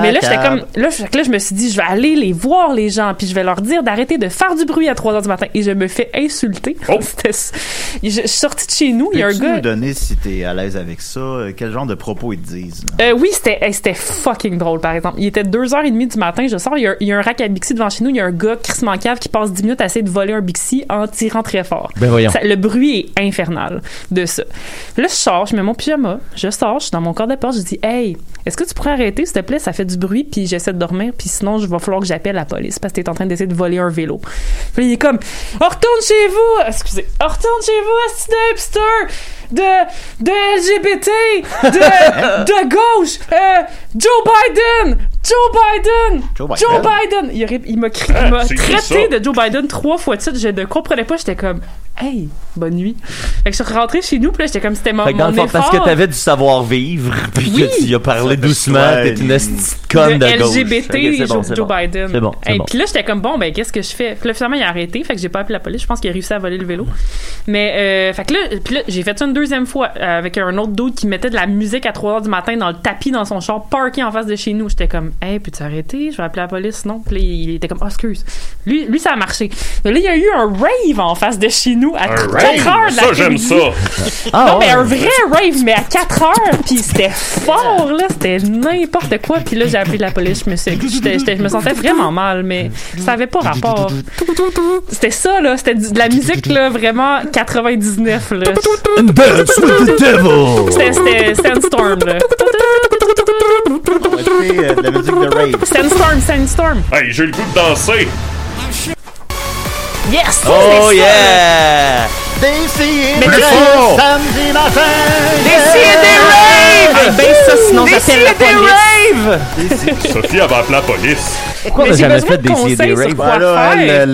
Speaker 3: Mais là,
Speaker 4: Ah,
Speaker 3: j'étais
Speaker 4: calme.
Speaker 3: comme. Là, fait que là, je me suis dit, je vais aller les voir, les gens, puis je vais leur dire d'arrêter de faire du bruit à 3 h du matin. Et je me fais insulter.
Speaker 7: Oh.
Speaker 3: C'était- je, je suis sortie de chez nous, il y a un
Speaker 4: Peux-tu
Speaker 3: gars.
Speaker 4: nous donner, si t'es à l'aise avec ça, euh, quel genre de propos ils te disent? là?
Speaker 3: Euh, oui, c'était hey, c'était fucking drôle, par exemple. Il était 2h30 du matin, je sors, il y a, il y a un rack à Bixi devant chez nous, il y a un gars crissement cave qui passe 10 minutes à essayer de voler un Bixi en tirant très fort.
Speaker 6: Ben voyons.
Speaker 3: Ça- le bruit est infernal de ça. Là, je sors, je mets mon pyjama, je sors, je suis dans mon corps de porte, je dis Hey, est-ce que tu pourrais arrêter, s'il te plaît Ça fait du bruit, puis j'essaie de dormir, puis sinon, je va falloir que j'appelle la police parce que t'es en train d'essayer de voler un vélo. Puis il est comme On retourne chez vous Excusez, on retourne chez vous, esti de hipster de, de LGBT, de, de gauche, euh, Joe Biden Joe Biden
Speaker 4: Joe Biden.
Speaker 3: Joe Biden Il, aurait- il m'a cri- il
Speaker 4: Ah,
Speaker 3: m'a
Speaker 4: c'est qui
Speaker 3: traité
Speaker 4: ça?
Speaker 3: de Joe Biden trois fois de suite. Je ne comprenais pas. J'étais comme, hey, bonne nuit. Fait que je suis rentrée chez nous. Puis là, j'étais comme, c'était mon,
Speaker 6: Fait que dans le
Speaker 3: mon
Speaker 6: fond, parce
Speaker 3: effort
Speaker 6: que t'avais du savoir-vivre, puis
Speaker 3: Oui.
Speaker 6: que tu y as parlé doucement,
Speaker 4: ouais,
Speaker 6: t'es une esti de conne de,
Speaker 3: de
Speaker 6: gauche.
Speaker 3: LGBT
Speaker 6: Ok, c'est bon,
Speaker 3: Joe,
Speaker 6: c'est
Speaker 3: Joe
Speaker 6: bon.
Speaker 3: Biden.
Speaker 6: C'est bon, c'est
Speaker 3: Et
Speaker 6: bon.
Speaker 3: puis là, j'étais comme, bon, ben, qu'est-ce que je fais? Puis là, finalement, il a arrêté. Fait que j'ai pas appelé la police. Je pense qu'il a réussi à voler le vélo. Mais, euh, fait que là, puis là, j'ai fait ça une deuxième fois euh, avec un autre dude qui mettait de la musique à 3 h du matin dans le tapis dans son char parké en face de chez nous. J'étais comme, hey, peux-tu arrêter? Je vais appeler la police. Non. Puis là, il était comme, oh, excuse. Lui, lui, ça a marché. Mais là, il y a eu un rave en face de chez nous à 4
Speaker 7: rave?
Speaker 3: h de
Speaker 7: Ça, j'aime
Speaker 3: l'après-midi.
Speaker 7: ça.
Speaker 3: non,
Speaker 7: Ah,
Speaker 3: mais un
Speaker 7: ouais.
Speaker 3: vrai rave, mais à 4 heures, puis c'était fort, là, c'était n'importe quoi. Puis là, j'ai appelé la police, je me, suis, j'étais- j'étais- je me sentais vraiment mal, mais ça avait pas rapport. C'était ça, là, c'était du- de la musique, là, vraiment 99, là.
Speaker 6: And dance with the devil!
Speaker 3: C'était- C'était Sandstorm, là.
Speaker 4: euh, de la musique de rave.
Speaker 3: Sandstorm, Sandstorm.
Speaker 7: Hey, j'ai le goût de danser.
Speaker 3: Yes!
Speaker 6: Oh
Speaker 3: c'est ça.
Speaker 6: yeah!
Speaker 4: Décidez
Speaker 3: Mais
Speaker 4: des
Speaker 3: fort.
Speaker 4: samedi matin.
Speaker 3: Décidez rave! Hey, baisse Eh ben, ça, sinon j'appelle la police.
Speaker 6: rave!
Speaker 7: Sophie avait appelé la police.
Speaker 6: Pourquoi on
Speaker 3: Mais
Speaker 6: a
Speaker 3: j'ai
Speaker 6: jamais
Speaker 3: besoin
Speaker 6: fait
Speaker 3: de
Speaker 6: des
Speaker 3: conseils
Speaker 6: CD
Speaker 3: sur
Speaker 6: rave?
Speaker 3: quoi faire, parce que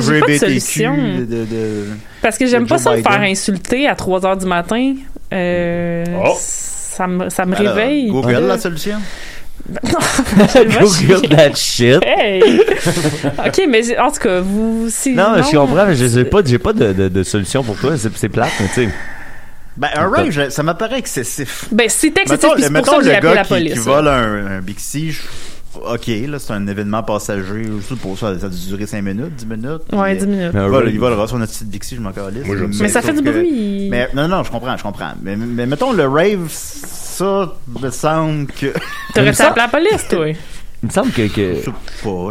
Speaker 3: j'ai pas de
Speaker 4: LGBTQ,
Speaker 3: solution.
Speaker 4: de- de-
Speaker 3: Parce que j'aime
Speaker 4: de
Speaker 3: pas
Speaker 4: Joe
Speaker 3: ça me
Speaker 4: Biden.
Speaker 3: faire insulter à 3 h du matin. Euh,
Speaker 6: Oh.
Speaker 3: Ça me, ça me
Speaker 4: Alors,
Speaker 3: réveille.
Speaker 4: Google,
Speaker 3: Euh,
Speaker 4: la solution.
Speaker 6: Google that shit!
Speaker 3: Hey! ok, mais j'ai- en tout cas, vous. Si,
Speaker 6: Non, mais je comprends, mais je sais pas, j'ai pas de, de, de solution pour toi, c'est c'est plate, mais tu sais.
Speaker 4: Ben, un rave, je- ça m'apparaît excessif.
Speaker 3: Ben, c'était excessif,
Speaker 4: Mettons,
Speaker 3: puis c'est pour
Speaker 4: mettons
Speaker 3: ça que
Speaker 4: le
Speaker 3: j'ai appelé
Speaker 4: gars
Speaker 3: la
Speaker 4: qui,
Speaker 3: police.
Speaker 4: qui
Speaker 3: là.
Speaker 4: vole un, un Bixi, je- ok, là, c'est un événement passager. Je suppose ça, ça a dû durer 5 minutes, 10 minutes.
Speaker 3: Ouais,
Speaker 4: puis,
Speaker 3: 10 minutes.
Speaker 6: Ah
Speaker 4: Il,
Speaker 3: Un
Speaker 4: vole-
Speaker 3: rave.
Speaker 4: il volera son petite Bixi, je m'en calisse.
Speaker 3: j'aime ça. Mais ça fait
Speaker 4: sauf
Speaker 3: du
Speaker 4: que-
Speaker 3: bruit.
Speaker 4: Mais, non, non, je comprends, je comprends. Mais, mais mettons, le rave, ça me semble que...
Speaker 3: T'aurais pu appeler la police, toi?
Speaker 6: Il me semble que. que...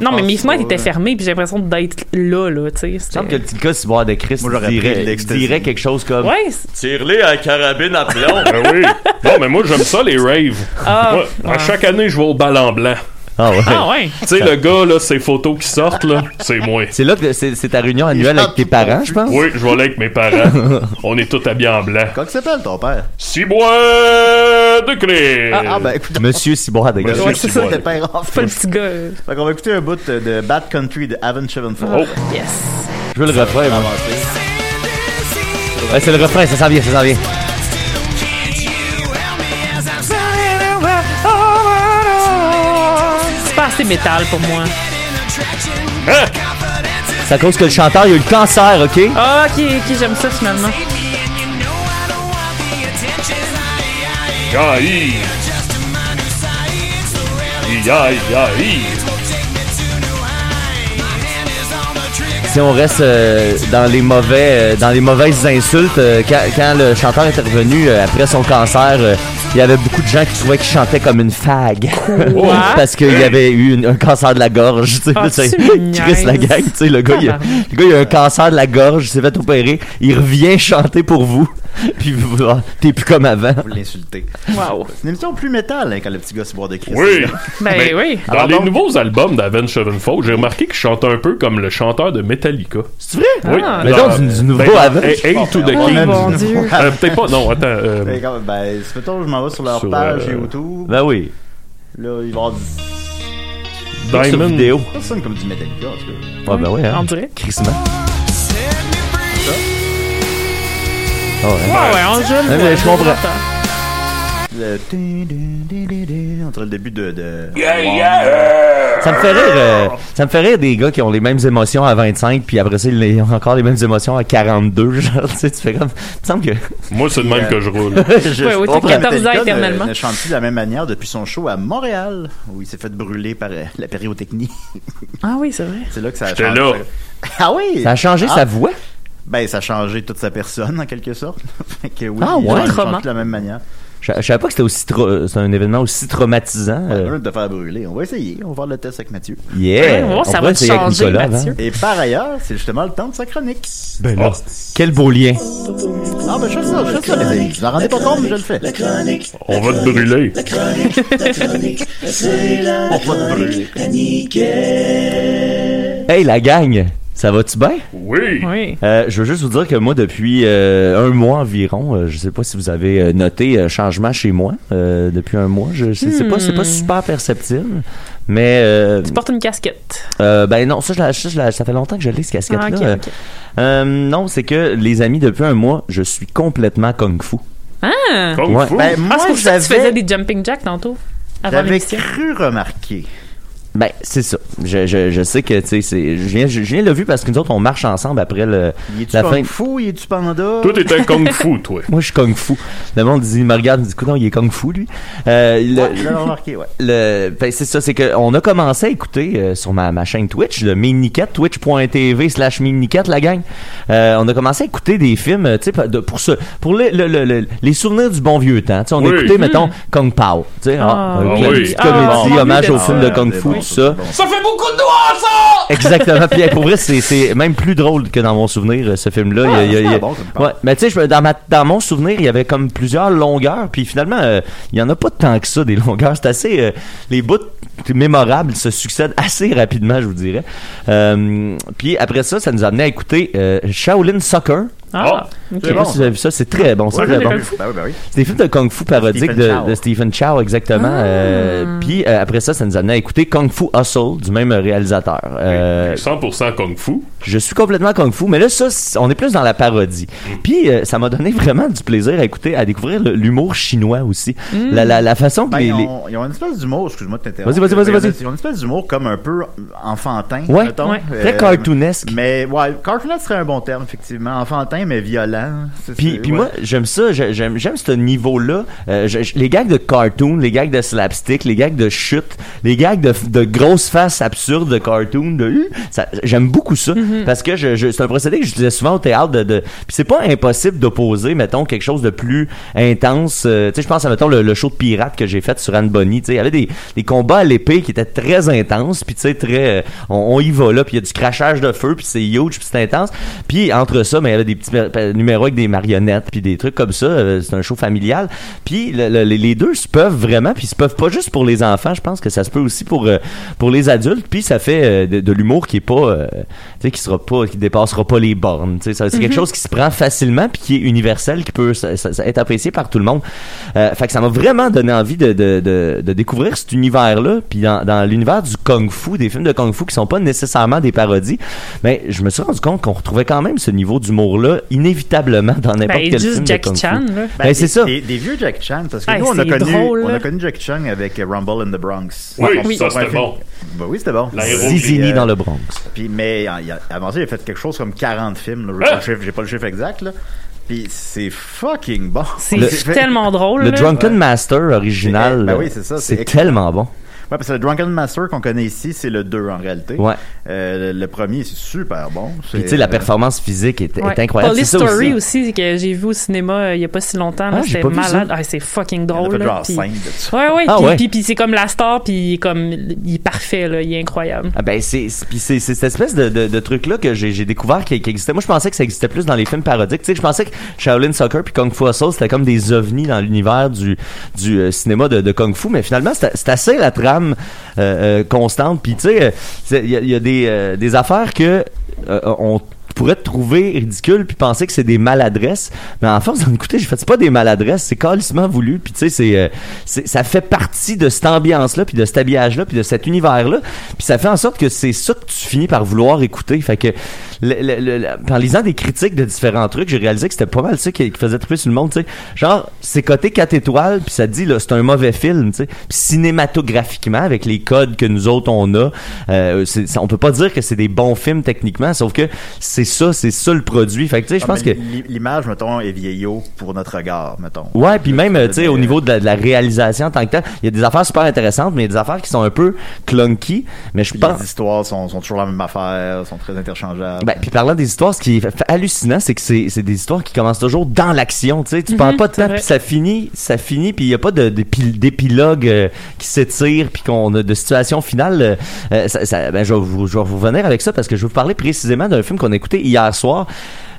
Speaker 3: Non, mais mes fenêtres étaient fermées, puis j'ai l'impression d'être là, là, tu sais.
Speaker 6: Ah, Il me semble que
Speaker 3: c'était-
Speaker 6: le petit gars, si boire de Christ, dirait, dirait quelque chose comme.
Speaker 3: Ouais! c'est-
Speaker 6: Tire-les à la carabine à plomb!
Speaker 7: Ben oui. Non, mais moi, j'aime ça, les raves.
Speaker 3: Ah.
Speaker 7: Moi,
Speaker 3: Ouais.
Speaker 7: À chaque année, je vais au bal en blanc.
Speaker 6: Ah ouais.
Speaker 3: Ah ouais.
Speaker 7: Tu sais, le gars, là, ses photos qui sortent, là, c'est moi.
Speaker 6: C'est là que c'est c'est ta réunion annuelle avec tes parents, je pense?
Speaker 7: Oui, je vais aller avec mes parents. On est tous habillés en blanc.
Speaker 4: Comment s'appelle ton père?
Speaker 7: Euh, Cibois de Cré.
Speaker 4: Ah, ah, ben, écoute,
Speaker 6: Monsieur Ciboire de
Speaker 7: Monsieur
Speaker 6: Christ.
Speaker 7: Ouais, c'est ça.
Speaker 4: t'es père en
Speaker 3: Pas le petit gars. euh.
Speaker 4: Fait qu'on va écouter un bout de- de Bad Country de Avenged Sevenfold.
Speaker 3: Yes!
Speaker 6: Je veux le refrain, moi. Ouais, c'est le refrain, ça s'en vient, ça s'en vient.
Speaker 3: C'est pas assez métal pour moi.
Speaker 6: C'est à cause que le chanteur, il a eu le cancer, ok?
Speaker 3: Ah, ok, ok, j'aime ça finalement.
Speaker 7: Yaï. Yaï, yaï.
Speaker 6: Si on reste euh, dans les mauvais, euh, dans les mauvaises insultes, euh, quand, quand le chanteur est revenu euh, après son cancer, euh, il y avait beaucoup de gens qui trouvaient qu'il chantait comme une fag
Speaker 3: Oh.
Speaker 6: parce qu'il y avait eu une- un cancer de la gorge. Tu sais,
Speaker 3: Ah,
Speaker 6: là, c'est- Ah,
Speaker 3: tu me
Speaker 6: Chris la
Speaker 3: niaises.
Speaker 6: gang, tu sais, le gars, il a, le gars, il a un cancer de la gorge, il s'est fait opérer, il revient chanter pour vous, puis vous- ah, t'es plus comme avant.
Speaker 4: Vous l'insultez.
Speaker 3: Wow!
Speaker 4: C'est une émission plus métal, hein, quand le petit gars se boit de Christ.
Speaker 7: Oui.
Speaker 3: Ben
Speaker 7: Mais
Speaker 3: oui!
Speaker 7: Dans les nouveaux albums d'Avenged Sevenfold, j'ai remarqué qu'il chante un peu comme le chanteur de Metallica.
Speaker 6: C'est vrai?
Speaker 7: Oui.
Speaker 3: Ah.
Speaker 6: Mais
Speaker 7: Dans-
Speaker 6: donc, du- du nouveau
Speaker 7: ben, dans
Speaker 6: Avenged. Ah,
Speaker 7: Hail to the
Speaker 3: Oh
Speaker 7: King.
Speaker 3: mon dieu!
Speaker 7: Euh, Peut-être pas, non, attends. euh,
Speaker 4: Ben, quand- ben, c'est mettons, je m'en vais sur leur
Speaker 7: Sur,
Speaker 4: page
Speaker 7: euh,
Speaker 4: YouTube.
Speaker 6: Ben oui.
Speaker 4: Là, ils vont avoir du.
Speaker 6: Sur
Speaker 7: Diamond.
Speaker 6: vidéo.
Speaker 4: Ça sonne comme du Metallica, en tout cas.
Speaker 6: Ouais, ben ouais,
Speaker 3: On
Speaker 6: hein.
Speaker 3: dirait.
Speaker 6: Crissement. Ah ouais.
Speaker 3: Ouais, ouais, on joue.
Speaker 6: Ouais, mais je comprends.
Speaker 4: Le tin, din, din, din, din, Entre le début de. de...
Speaker 6: Ça me fait rire. euh, ça me fait rire des gars qui ont les mêmes émotions à 25, puis après ça, ils les- ont encore les mêmes émotions à 42. Genre, tu sais, tu fais comme. Il me semble que.
Speaker 7: Moi, c'est de même que je roule.
Speaker 4: Je-
Speaker 3: Ouais, ouais,
Speaker 4: je
Speaker 3: t'as
Speaker 4: comprends,
Speaker 3: 14 ans
Speaker 4: Metallica ne-
Speaker 3: éternellement.
Speaker 4: Ne, chante plus de la même manière depuis son show à Montréal, où il s'est fait brûler par euh, la périotechnie.
Speaker 3: Ah oui, c'est vrai.
Speaker 4: C'est là que ça a
Speaker 7: J'étais
Speaker 4: changé.
Speaker 7: là.
Speaker 4: Ah oui!
Speaker 6: Ça a changé
Speaker 4: Ah,
Speaker 6: sa voix.
Speaker 4: Ben, ça a changé toute sa personne, en quelque sorte. Fait que oui,
Speaker 6: Ah
Speaker 4: il
Speaker 6: ouais?
Speaker 4: chante- il chante
Speaker 3: Autrement.
Speaker 4: plus de la même manière.
Speaker 6: Je, je savais pas que c'était aussi tra- c'est un événement aussi traumatisant.
Speaker 4: On
Speaker 6: euh.
Speaker 4: de te faire brûler. On va essayer. On va faire le test avec Mathieu.
Speaker 6: Yeah! Ouais, Eh, on va On va te essayer avec changer, Nicolas, hein. Mathieu. avant.
Speaker 4: Et par ailleurs, c'est justement le temps de sa chronique.
Speaker 6: Ben
Speaker 7: Ah,
Speaker 6: là, quel beau lien.
Speaker 4: Ah, ben, je fais ça, je fais ça, les amis. Je m'en rendais pas compte, mais je le fais. La chronique.
Speaker 7: On va te brûler.
Speaker 8: C'est la
Speaker 4: On va te brûler.
Speaker 8: chronique.
Speaker 6: Hey, la gang! Ça va-tu bien?
Speaker 7: Oui.
Speaker 3: Oui.
Speaker 6: Euh, je veux juste vous dire que moi, depuis euh, un mois environ, euh, je sais pas si vous avez euh, noté euh, changement chez moi euh, depuis un mois. Je sais c'est pas, c'est pas super perceptible, mais euh,
Speaker 3: Tu portes une casquette.
Speaker 6: euh, ben non, ça, je la- ça, je la- ça fait longtemps que je l'ai, cette casquette-là.
Speaker 3: Ah, ok,
Speaker 6: Euh,
Speaker 3: ok.
Speaker 6: euh, non, c'est que, les amis, depuis un mois, je suis complètement kung-fu.
Speaker 3: Ah!
Speaker 6: Kung Ouais. Fu. Ben, moi,
Speaker 3: Ah,
Speaker 6: ce que
Speaker 3: c'est ça
Speaker 6: j'avais-
Speaker 3: Tu faisais des jumping jacks tantôt. Avant
Speaker 6: J'avais
Speaker 3: l'émission.
Speaker 4: cru remarquer.
Speaker 6: Ben, c'est ça. Je, je, je sais que, tu sais, c'est- je viens, je, je viens de le vu parce que nous autres, on marche ensemble après le,
Speaker 4: Tu
Speaker 6: la fin.
Speaker 4: kung fou, il est du panda.
Speaker 6: Toi, t'es un kung
Speaker 7: fu, toi.
Speaker 6: Moi, je suis kung fu. Le monde dit, il me regarde, il me dit, non, il est kung fu, lui. Euh, le-
Speaker 4: Ouais, je l'avais remarqué, ouais.
Speaker 6: le- ben, c'est ça, c'est qu'on a commencé à écouter euh, sur ma, ma chaîne Twitch, le Minicat, twitch.tv slash Minicat, la gang. Euh, on a commencé à écouter des films, euh, tu sais, pa- de- pour, ce, pour le- le- le- le- les souvenirs du bon vieux temps. Tu sais, on
Speaker 7: Oui.
Speaker 6: a écouté,
Speaker 7: Hmm.
Speaker 6: mettons, Kung Pao. Tu sais,
Speaker 7: Ah.
Speaker 6: ah,
Speaker 7: Ah
Speaker 6: la
Speaker 7: oui.
Speaker 6: petite
Speaker 7: Ah,
Speaker 6: comédie,
Speaker 7: bon,
Speaker 6: hommage au
Speaker 7: bon,
Speaker 6: film de
Speaker 7: bon,
Speaker 6: Kung
Speaker 4: ben,
Speaker 7: c'est
Speaker 6: Fu,
Speaker 7: bon,
Speaker 6: tout ça.
Speaker 8: Ça fait beaucoup de doigts, ça!
Speaker 6: Exactement. Puis hey, pour vrai, c'est- c'est même plus drôle que dans mon souvenir, euh, ce film-là. Il y a- il y a- il y a-
Speaker 8: Ah, c'est bon comme
Speaker 6: Ouais, mais tu sais, je me- dans, ma- dans mon souvenir, il y avait comme plusieurs longueurs. Puis finalement, euh, il y en a pas tant que ça, des longueurs. C'est assez. euh, les bouts mémorables se succèdent assez rapidement, je vous dirais. Euh, puis après ça, ça nous a amené à écouter euh, Shaolin Soccer.
Speaker 8: Ah,
Speaker 6: Je
Speaker 8: ok.
Speaker 6: sais pas si vous avez vu ça, c'est très bon, c'est
Speaker 8: Ouais,
Speaker 6: très
Speaker 8: c'est
Speaker 6: bon.
Speaker 8: Kung Fu.
Speaker 4: Ben oui, ben oui.
Speaker 6: C'est des films de Kung Fu parodiques
Speaker 4: Stephen
Speaker 6: de,
Speaker 4: Chow.
Speaker 6: de Stephen Chow, exactement. Euh, puis euh, après ça, ça nous amenait à écouter Kung Fu Hustle du même réalisateur. Euh,
Speaker 7: 100% Kung Fu.
Speaker 6: Je suis complètement Kung Fu, mais là, ça, c'est- on est plus dans la parodie.
Speaker 4: Mm.
Speaker 6: Puis euh, ça m'a donné vraiment du plaisir à écouter, à découvrir le- l'humour chinois aussi. La, la, la façon que
Speaker 4: Ben,
Speaker 6: les-
Speaker 4: ils,
Speaker 6: les-
Speaker 4: ont, ils ont une espèce d'humour, excuse-moi de t'interrompre.
Speaker 6: Vas-y, vas-y, vas-y,
Speaker 4: Ben, ils ont-
Speaker 6: vas-y.
Speaker 4: Ils ont une espèce d'humour comme un peu enfantin.
Speaker 6: Ouais.
Speaker 4: mettons. Euh,
Speaker 6: Ouais. Très cartoonesque.
Speaker 4: Mais, ouais, cartoonesque serait un bon terme, effectivement. Enfantin, mais violent. C'est-
Speaker 6: Puis,
Speaker 4: c'est-
Speaker 6: puis
Speaker 4: euh, ouais.
Speaker 6: moi, j'aime ça, j'ai- j'aime, j'aime ce niveau-là. Euh, je- je- les gags de cartoon, les gags de slapstick, les gags de chute, les gags de, de grosses faces absurdes de cartoon, de Hu ça, j'aime beaucoup ça. Parce que je, je- c'est un procédé que j'utilisais souvent au théâtre. De, de- puis c'est pas impossible d'opposer, mettons, quelque chose de plus intense. Euh, tu sais, je pense à, mettons, le, le show de pirate que j'ai fait sur Anne Bonny. Tu sais, il y avait des, des combats à l'épée qui étaient très intenses. Puis tu sais, très. euh, on, on y va là, puis il y a du crachage de feu, puis c'est huge, puis c'est intense. Puis entre ça, mais il y avait des petits pa- pa- numéros avec des marionnettes, puis des trucs comme ça. Euh, c'est un show familial. Puis le- le- les- les deux se peuvent vraiment, puis ils se peuvent pas juste pour les enfants. Je pense que ça se peut aussi pour euh, pour les adultes. Puis ça fait euh, de, de l'humour qui est pas, euh, tu sais, qui sera pas, qui dépassera pas les bornes. Tu sais, ça- c'est quelque
Speaker 8: Mhm.
Speaker 6: chose qui se prend facilement, puis qui est universel, qui peut ça- ça- ça être apprécié par tout le monde. Euh, fait que ça m'a vraiment donné envie de, de, de, de découvrir cet univers-là, puis dans, dans l'univers du kung-fu, des films de kung-fu qui sont pas nécessairement des parodies, mais je me suis rendu compte qu'on retrouvait quand même ce niveau d'humour-là inévitablement dans n'importe
Speaker 3: Ben,
Speaker 6: quel
Speaker 3: juste
Speaker 6: film
Speaker 3: Jackie
Speaker 6: de kung-fu.
Speaker 3: Chan, là.
Speaker 6: Ben,
Speaker 4: Ben,
Speaker 6: c'est
Speaker 4: des-
Speaker 6: ça.
Speaker 4: Des, des vieux Jack Chan, parce que
Speaker 3: Ah,
Speaker 4: nous, on a,
Speaker 3: c'est
Speaker 4: connu,
Speaker 3: drôle,
Speaker 4: on
Speaker 3: là.
Speaker 4: a connu Jack Chan avec euh, Rumble in the Bronx.
Speaker 6: Oui,
Speaker 4: Donc,
Speaker 6: oui.
Speaker 4: on
Speaker 6: ça, c'était
Speaker 4: fait-
Speaker 6: bon.
Speaker 4: Ben oui, c'était bon.
Speaker 6: L'aéro- Zizini
Speaker 4: Puis,
Speaker 6: dans le Bronx.
Speaker 4: Puis, mais euh, il a- avant ça, il a fait quelque chose comme 40 films. là. J'ai
Speaker 6: Ah!
Speaker 4: pas le chiffre- J'ai pas le chiffre exact, là. Puis c'est fucking bon.
Speaker 3: C'est tellement drôle.
Speaker 6: Le
Speaker 3: Oh là.
Speaker 6: Drunken Master
Speaker 4: C'est-
Speaker 6: original,
Speaker 4: ben oui, c'est ça, c'est
Speaker 6: c'est
Speaker 4: excellent.
Speaker 6: tellement bon.
Speaker 4: Ouais, parce que le Drunken Master qu'on connaît ici, c'est le 2 en réalité.
Speaker 6: Ouais.
Speaker 4: Euh, le, le premier, c'est super bon. euh,
Speaker 6: Puis tu sais, la performance physique est, est
Speaker 3: Ouais.
Speaker 6: incroyable.
Speaker 3: Police
Speaker 6: C'est ça hein.
Speaker 3: Story aussi. que j'ai vu au cinéma euh, il y a pas si longtemps. là,
Speaker 6: Ah, j'ai
Speaker 3: C'était
Speaker 6: pas vu ça.
Speaker 3: malade. Ah, c'est fucking drôle.
Speaker 6: fait
Speaker 3: là,
Speaker 6: genre
Speaker 3: puis-
Speaker 6: cinq de ça.
Speaker 3: Ouais, ouais.
Speaker 6: Ah,
Speaker 3: puis-
Speaker 6: ouais.
Speaker 3: Puis puis c'est comme la star, puis il est comme il est parfait là, il est incroyable.
Speaker 6: Ah ben c'est c'est- puis c'est c'est cette espèce de, de, de truc là que j'ai j'ai découvert qui, qui existait. Moi je pensais que ça existait plus dans les films parodiques. Tu sais je pensais que Shaolin Soccer puis Kung Fu Hustle c'était comme des ovnis dans l'univers du du euh, cinéma de, de Kung Fu, mais finalement c'est c'est assez la trame euh, euh, constante. Puis tu sais euh, c'est- il y a, il y a des euh, des affaires que euh, on pourrait trouver ridicule puis penser que c'est des maladresses mais en force d'en écouter j'ai fait c'est pas des maladresses c'est calissement voulu puis tu sais c'est, euh, c'est- ça fait partie de cette ambiance là puis de cet habillage là puis de cet univers là puis ça fait en sorte que c'est ça que tu finis par vouloir écouter fait que le- le- le- le- en lisant des critiques de différents trucs j'ai réalisé que c'était pas mal ça qui, qui faisait triper sur le monde tu sais genre c'est côté 4 étoiles puis ça dit là c'est un mauvais film tu sais puis cinématographiquement avec les codes que nous autres on a euh, c'est- ça- on peut pas dire que c'est des bons films techniquement sauf que c'est ça, c'est ça le produit. Fait que, tu sais, je
Speaker 4: Ah,
Speaker 6: pense que.
Speaker 4: mais l'i- L'image, mettons, est vieillot pour notre regard, mettons.
Speaker 6: Ouais, puis même, euh, tu sais,
Speaker 4: dire,
Speaker 6: au niveau de la, de la réalisation en tant que telle, il y a des affaires super intéressantes, mais il y a des affaires qui sont un peu clunky. Mais je pense.
Speaker 4: Les histoires sont, sont toujours la même affaire, sont très interchangeables.
Speaker 6: Ben, puis parlant des histoires, ce qui est fa- hallucinant, c'est que c'est c'est des histoires qui commencent toujours dans l'action. Tu sais, tu
Speaker 4: Mhm,
Speaker 6: prends pas de
Speaker 4: c'est
Speaker 6: temps,
Speaker 4: vrai.
Speaker 6: puis ça finit, ça finit, puis il y a pas de d'épi- d'épilogue euh, qui s'étire, puis qu'on a de situation finale. euh, euh, ça- ça- ben, je vais vous, je vais vous revenir avec ça parce que je vais vous parler précisément d'un film qu'on a écouté hier soir.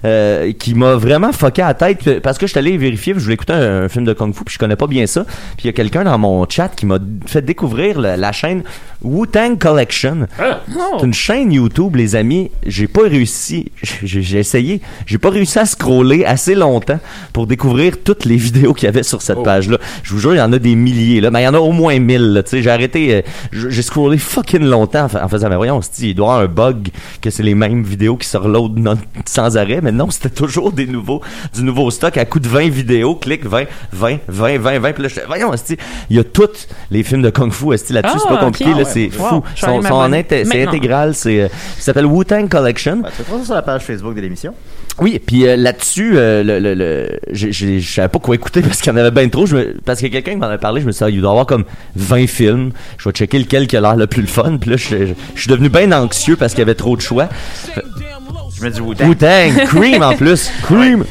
Speaker 6: euh, qui m'a vraiment foqué à la tête euh, parce que je suis allé vérifier, puis je voulais écouter un, un film de Kung Fu, puis je connais pas bien ça. Puis il y a quelqu'un dans mon chat qui m'a fait découvrir la, la chaîne Wu-Tang Collection.
Speaker 7: Hein?
Speaker 3: Oh.
Speaker 6: C'est une chaîne YouTube, les amis. J'ai pas réussi. J'ai j'ai essayé. J'ai pas réussi à scroller assez longtemps pour découvrir toutes les vidéos qu'il y avait sur
Speaker 4: Oh.
Speaker 6: cette page-là. Je vous jure, il y en a des milliers, là. Mais il y en a au moins mille, là. Tu sais, j'ai arrêté. euh, j- j'ai scrollé fucking longtemps en fa- en faisant, mais voyons, c'est- il doit y avoir un bug que c'est les mêmes vidéos qui se reloadent non- sans arrêt. Mais non, c'était toujours des nouveaux, du nouveau stock à coup de 20 vidéos. Clique 20, 20, 20, 20, 20. Puis là, j'étais, voyons, esti, il y a tous les films de Kung Fu, esti, là-dessus. c'est
Speaker 4: Ah,
Speaker 6: pas compliqué,
Speaker 4: ok.
Speaker 6: là.
Speaker 4: Ah ouais,
Speaker 6: C'est
Speaker 4: mon Dieu. Wow,
Speaker 6: fou.
Speaker 4: je
Speaker 6: Sont-
Speaker 4: vais aller
Speaker 6: sont en
Speaker 4: m'abonner
Speaker 6: inté- c'est
Speaker 4: maintenant.
Speaker 6: intégral. C'est, euh, ça s'appelle Wu-Tang Collection.
Speaker 4: Bah, Tu trouves ça sur la page Facebook de l'émission?
Speaker 6: Oui, puis euh, là-dessus, euh, le, le, le- j'ai- j'ai- je savais pas quoi écouter parce qu'il y en avait bien trop. Je me- parce que quelqu'un qui m'en avait parlé, je me suis dit, ah, il doit y avoir comme 20 films. Je vais checker lequel qui a l'air le plus le fun. Puis là, je, je- je suis devenu bien anxieux parce qu'il y avait trop de choix.
Speaker 4: Je mets du Wu-Tang.
Speaker 6: Wu-Tang, Cream en plus. Cream!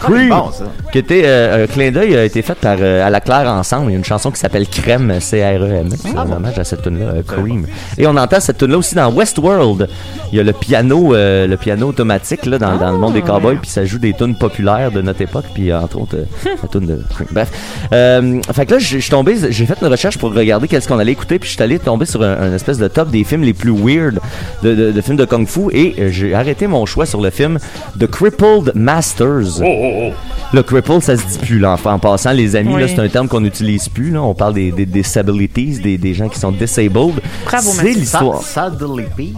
Speaker 6: Cream!
Speaker 4: Ah, c'est bon, ça.
Speaker 6: Qui était, euh, un clin d'œil a été fait par euh, À la Claire Ensemble. Il y a une chanson qui s'appelle Crème, C-R-E-M. C'est un hommage à cette tune-là, euh, Cream. Et on entend cette tune-là aussi dans Westworld. Il y a le piano, euh, le piano automatique là, dans, dans le monde des cowboys, puis ça joue des tunes populaires de notre époque, puis euh, entre autres euh, la tune de Cream. Bref. Euh, fait que là, je je suis tombé, j'ai fait une recherche pour regarder qu'est-ce qu'on allait écouter, puis je suis allé tomber sur un, un espèce de top des films les plus weird de, de- de films de kung fu, et euh, j'ai arrêté mon choix sur le film The Crippled Masters.
Speaker 7: Oh,
Speaker 6: Le cripple, ça se dit plus, là. Enfin, en passant, les amis,
Speaker 3: Oui.
Speaker 6: là, c'est un terme qu'on n'utilise plus, là. On parle des, des disabilities, des, des gens qui sont disabled.
Speaker 4: Bravo,
Speaker 6: C'est l'histoire.
Speaker 4: Disabilities.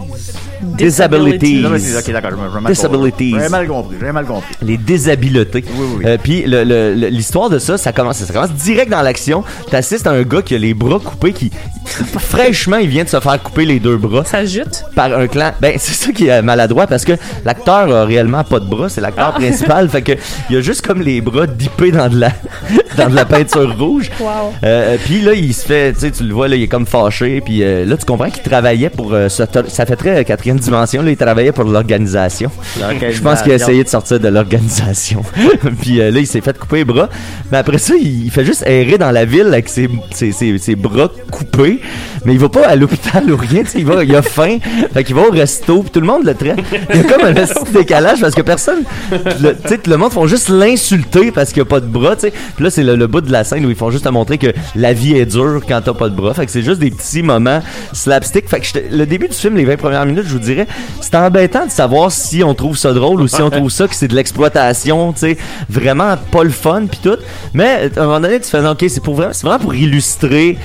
Speaker 6: Disabilities.
Speaker 4: Non, mais c'est- Ok, d'accord, je me- je me mal-
Speaker 6: Disabilities.
Speaker 4: J'avais mal compris, j'avais mal compris.
Speaker 6: Les désabiletés. Euh, Puis le- le- le- l'histoire de ça, ça commence, ça commence direct dans l'action. T'assistes à un gars qui a les bras coupés, qui fraîchement, il vient de se faire couper les deux bras.
Speaker 3: Ça jute.
Speaker 6: Par un clan. Ben c'est ça qui est maladroit parce que l'acteur a réellement pas de bras, c'est l'acteur
Speaker 3: Ah.
Speaker 6: principal. fait que il a juste comme les bras dippés dans de la dans de la peinture rouge.
Speaker 3: Wow.
Speaker 6: Euh, puis là, il se fait, tu sais, tu le vois, là, il est comme fâché. Puis euh, là, tu comprends qu'il travaillait pour. euh, ça, ça fait très euh, quatrième dimension, là, il travaillait pour l'organisation.
Speaker 4: L'organisation.
Speaker 6: Je pense qu'il a essayé de sortir de l'organisation. puis euh, là, il s'est fait couper les bras. Mais après ça, il, il fait juste errer dans la ville avec ses, ses, ses- ses bras coupés. Mais il va pas à l'hôpital ou rien, tu sais, il, va, il a faim. Fait qu'il va au resto, puis tout le monde le traite. Il y a comme un petit décalage parce que personne. le- Tu sais, tout le monde font juste l'insulter parce qu'il a pas de bras, tu sais. Puis là, c'est le, le bout de la scène où ils font juste te montrer que la vie est dure quand t'as pas de bras. Fait que c'est juste des petits moments slapstick. Fait que j'étais- le début du film, les 20 premières minutes, je vous dirais, c'est embêtant de savoir si on trouve ça drôle ou si on trouve ça que c'est de l'exploitation, tu sais, vraiment pas le fun puis tout. Mais à un moment donné, tu fais, ok, c'est pour vraiment, c'est vraiment pour illustrer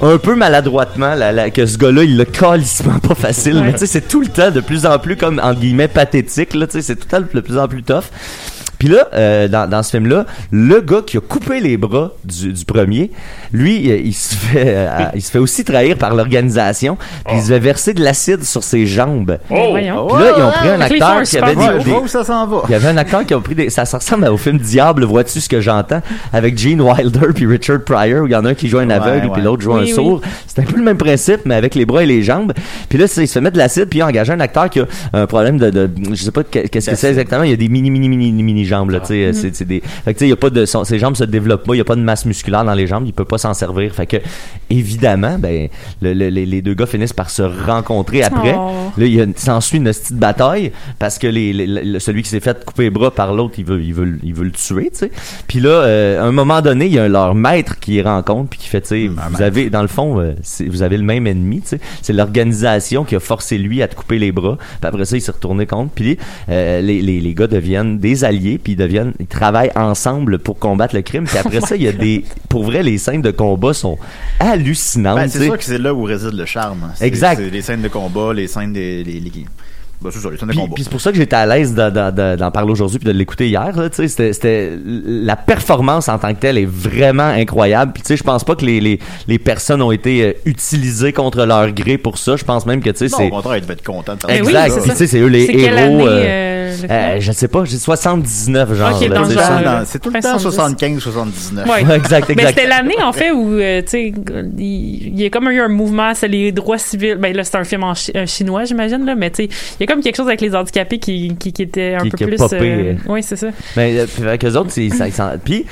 Speaker 6: un peu maladroitement la- la- que ce gars-là, il l'a calissement pas facile.
Speaker 4: Ouais.
Speaker 6: Mais tu sais, c'est tout le temps de plus en plus comme, entre guillemets, pathétique. Là, tu sais, c'est tout le temps de plus en plus tough. Puis là, euh, dans, dans ce film-là, le gars qui a coupé les bras du, du premier, lui, euh, il se fait, euh, à- il se fait aussi trahir par l'organisation. Puis il se fait verser de l'acide sur ses jambes.
Speaker 7: Oh.
Speaker 3: Mais ben voyons.
Speaker 6: Puis là, ils ont pris un
Speaker 3: Fait que là, ils font
Speaker 6: acteur
Speaker 3: un
Speaker 6: qui
Speaker 3: super
Speaker 6: avait
Speaker 3: bon
Speaker 6: des,
Speaker 3: jeu.
Speaker 6: des-
Speaker 3: Je vois où ça s'en va.
Speaker 6: il y avait un acteur qui a pris des. Ça se ressemble au film Diable, vois-tu ce que j'entends? Avec Gene Wilder puis Richard Pryor, où il y en a un qui joue un aveugle
Speaker 4: ouais.
Speaker 6: puis l'autre joue
Speaker 4: Oui,
Speaker 6: un
Speaker 4: oui.
Speaker 6: sourd. C'est un peu le même principe, mais avec les bras et les jambes. Puis là, c'est- il se fait mettre de l'acide, puis il a engagé un acteur qui a un problème de. de- je sais pas que- qu'est-ce que c'est exactement. Il y a des mini, mini, mini, mini jambes, là. tu sais, euh,
Speaker 4: Mhm.
Speaker 6: c'est- c'est des- Fait que, tu sais, il y a pas de. son- ses jambes se développent pas, il y a pas de masse musculaire dans les jambes, il peut pas s'en servir. Fait que, évidemment, ben, le- le- les, les deux gars finissent par se rencontrer après.
Speaker 4: Oh.
Speaker 6: Là, il y a une- s'ensuit une petite bataille parce que les, les- le- celui qui s'est fait couper les bras par l'autre, il veut, il veut, il veut le tuer, tu sais. Puis là, euh, à un moment donné, il y a leur maître qui les rencontre puis qui fait, tu sais, vous avez, dans le fond, euh, c'est- vous avez le même ennemi, tu sais. C'est l'organisation qui a forcé lui à te couper les bras. Puis après ça, il s'est retourné contre. Puis euh, les, les, les gars deviennent des alliés puis ils deviennent, ils travaillent ensemble pour combattre le crime. Puis après
Speaker 4: Oh
Speaker 6: ça,
Speaker 4: my
Speaker 6: il y a
Speaker 4: God.
Speaker 6: des, pour vrai, les scènes de combat sont hallucinantes.
Speaker 4: Ben,
Speaker 6: tu
Speaker 4: c'est
Speaker 6: sais.
Speaker 4: sûr que c'est là où réside le charme. C'est-
Speaker 6: Exact.
Speaker 4: c'est les scènes de combat, les scènes des. les- les- Ben, c'est ça, les scènes de
Speaker 6: Puis,
Speaker 4: combat.
Speaker 6: puis c'est pour ça que j'étais à l'aise d'en- d'en d'en- d'en parler aujourd'hui puis de l'écouter hier. là, tu sais, c'était- c'était- la performance en tant que telle est vraiment incroyable. Puis tu sais, je pense pas que les, les, les personnes ont été euh, utilisées contre leur gré pour ça. Je pense même que tu sais,
Speaker 4: Non, au
Speaker 6: c'est
Speaker 4: contraire, ils devaient être contents de faire
Speaker 6: exact.
Speaker 4: ça.
Speaker 6: Puis, tu sais, c'est eux les
Speaker 4: C'est
Speaker 6: héros.
Speaker 4: quelle année,
Speaker 6: euh,
Speaker 4: euh, le
Speaker 6: euh,
Speaker 4: film?
Speaker 6: je sais pas, j'ai 79 genre.
Speaker 3: Ok,
Speaker 6: là,
Speaker 3: dans
Speaker 6: tu
Speaker 3: le
Speaker 6: sais,
Speaker 3: genre,
Speaker 6: c'est-
Speaker 3: là.
Speaker 4: C'est tout le temps 75, 79.
Speaker 3: Ouais.
Speaker 6: exact,
Speaker 3: Mais
Speaker 6: exact.
Speaker 3: c'était l'année, en fait, où, euh, tu sais, il il y a comme eu un mouvement, c'est les droits civils. Ben là, c'est un film en chi- euh, chinois, j'imagine, là, mais tu sais, il y a comme quelque chose avec les handicapés qui, qui, qui était un
Speaker 6: Qui-
Speaker 3: peu
Speaker 6: qui a
Speaker 3: plus.
Speaker 6: popé, euh.
Speaker 3: oui, c'est ça.
Speaker 6: Mais euh, puis avec eux autres, c'est- ça- ils s'en- Puis,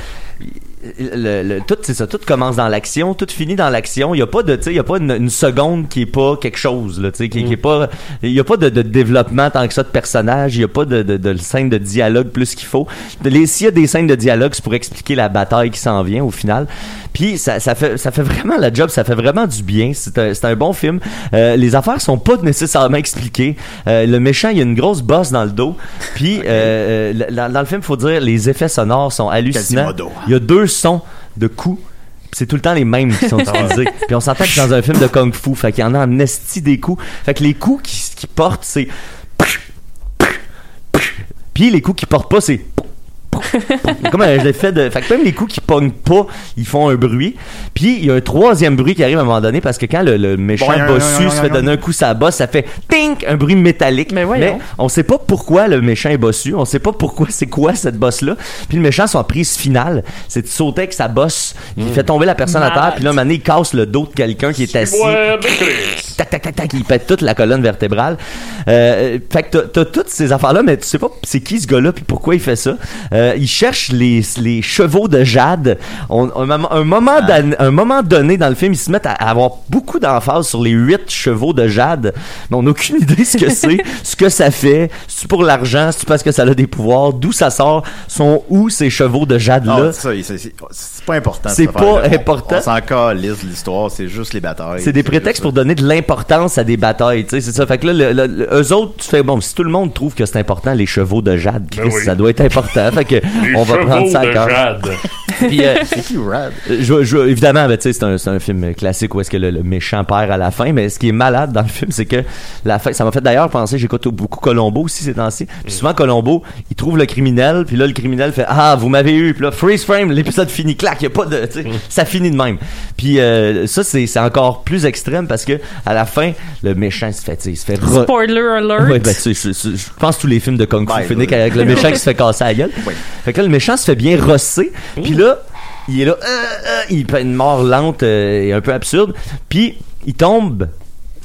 Speaker 6: le, le- tout, c'est ça, tout commence dans l'action, tout finit dans l'action. Il n'y a pas de, tu sais, il y a pas une, une seconde qui est pas quelque chose, là, tu sais, qui, qui est pas, il y a pas de, de développement tant que ça de personnage. Il y a pas de, de, de scène de dialogue plus qu'il faut. De- les- S'il y a des scènes de dialogue, c'est pour expliquer la bataille qui s'en vient au final. Puis ça, ça fait, ça fait vraiment la job, ça fait vraiment du bien. C'est un, c'est un bon film. Euh, les affaires sont pas nécessairement expliquées. Euh, le méchant, il y a une grosse bosse dans le dos. Puis euh, euh, dans, dans le film, faut dire, les effets sonores sont hallucinants.
Speaker 4: Quasimodo.
Speaker 6: Il y a deux sons de coups. Puis C'est tout le temps les mêmes qui sont utilisés. Puis on s'entend que c'est dans un film de kung fu, fait qu'il y en a en esti des coups. Fait que les coups qui, qui portent, c'est. Puis les coups qui portent pas, c'est. Comme un effet de. Fait que même les coups qui pognent pas, ils font un bruit. Puis il y a un troisième bruit qui arrive à un moment donné parce que quand le, le méchant
Speaker 4: Boing,
Speaker 6: bossu
Speaker 4: boing,
Speaker 6: se fait
Speaker 4: boing,
Speaker 6: donner un coup sa bosse, ça fait tink, un bruit métallique. Mais, on sait pas pourquoi le méchant est bossu, on sait pas pourquoi c'est quoi cette bosse là. Puis le méchant son prise finale, c'est de sauter avec sa bosse, il fait tomber la personne à terre,
Speaker 7: Malade.
Speaker 6: puis là un moment donné, il casse le dos de quelqu'un qui est assis
Speaker 7: Ouais, ben, Chris.
Speaker 6: tac, tac, tac, tac, il pète toute la colonne vertébrale. Euh, fait que t'as- t'as toutes ces affaires-là, mais tu sais pas c'est qui ce gars-là puis pourquoi il fait ça. Euh, il cherche les, les chevaux de Jade. On- un, moment- un moment donné- un moment donné dans le film, ils se mettent à, à avoir beaucoup d'emphase sur les huit chevaux de Jade, mais on n'a aucune idée ce que c'est, ce que ça fait, c'est pour l'argent, c'est parce que ça a des pouvoirs, d'où ça sort, sont où ces chevaux de
Speaker 4: Non,
Speaker 6: Jade-là.
Speaker 4: Ah, c'est ça, c'est- c'est- c'est pas important.
Speaker 6: C'est
Speaker 4: cette affaire-là.
Speaker 6: pas
Speaker 4: On-
Speaker 6: important.
Speaker 4: On s'en calisse de l'histoire, c'est juste les batailles.
Speaker 6: C'est des prétextes pour donner de l'importance à des batailles, tu sais, c'est ça. Fait que là, le- le- le- eux autres, tu fais, bon, si tout le monde trouve que c'est important, les chevaux de Jade,
Speaker 7: Ben
Speaker 6: Chris,
Speaker 7: oui.
Speaker 6: ça doit être important. Fait que
Speaker 7: Les
Speaker 6: on va
Speaker 7: chevaux
Speaker 6: prendre ça à
Speaker 7: de
Speaker 6: cœur.
Speaker 7: Jade.
Speaker 6: Puis, euh,
Speaker 4: C'est qui Rad?
Speaker 6: je, je- évidemment, ben, tu sais, c'est un, c'est un film classique où est-ce que le, le méchant perd à la fin, mais ce qui est malade dans le film, c'est que la fin, ça m'a fait d'ailleurs penser, j'écoute beaucoup Colombo aussi ces temps-ci, puis souvent Colombo, il trouve le criminel, puis là, le criminel fait « Ah, vous m'avez eu! » Puis là, freeze frame, l'épisode finit, clac, y a pas de... tu sais, Ça finit de même. Puis euh, ça, c'est c'est encore plus extrême parce que à la fin, le méchant se fait, tu sais, il se fait... re-
Speaker 3: Spoiler alert.
Speaker 6: Ouais, ben, tu sais, je, je- je pense que tous les films de Kung Fu
Speaker 4: Ben,
Speaker 6: finissent
Speaker 4: oui.
Speaker 6: avec le méchant qui se fait casser la gueule. Fait que là, le méchant se fait bien rosser. Puis là, il est là, euh, euh, il fait une mort lente euh, et un peu absurde. Puis il tombe,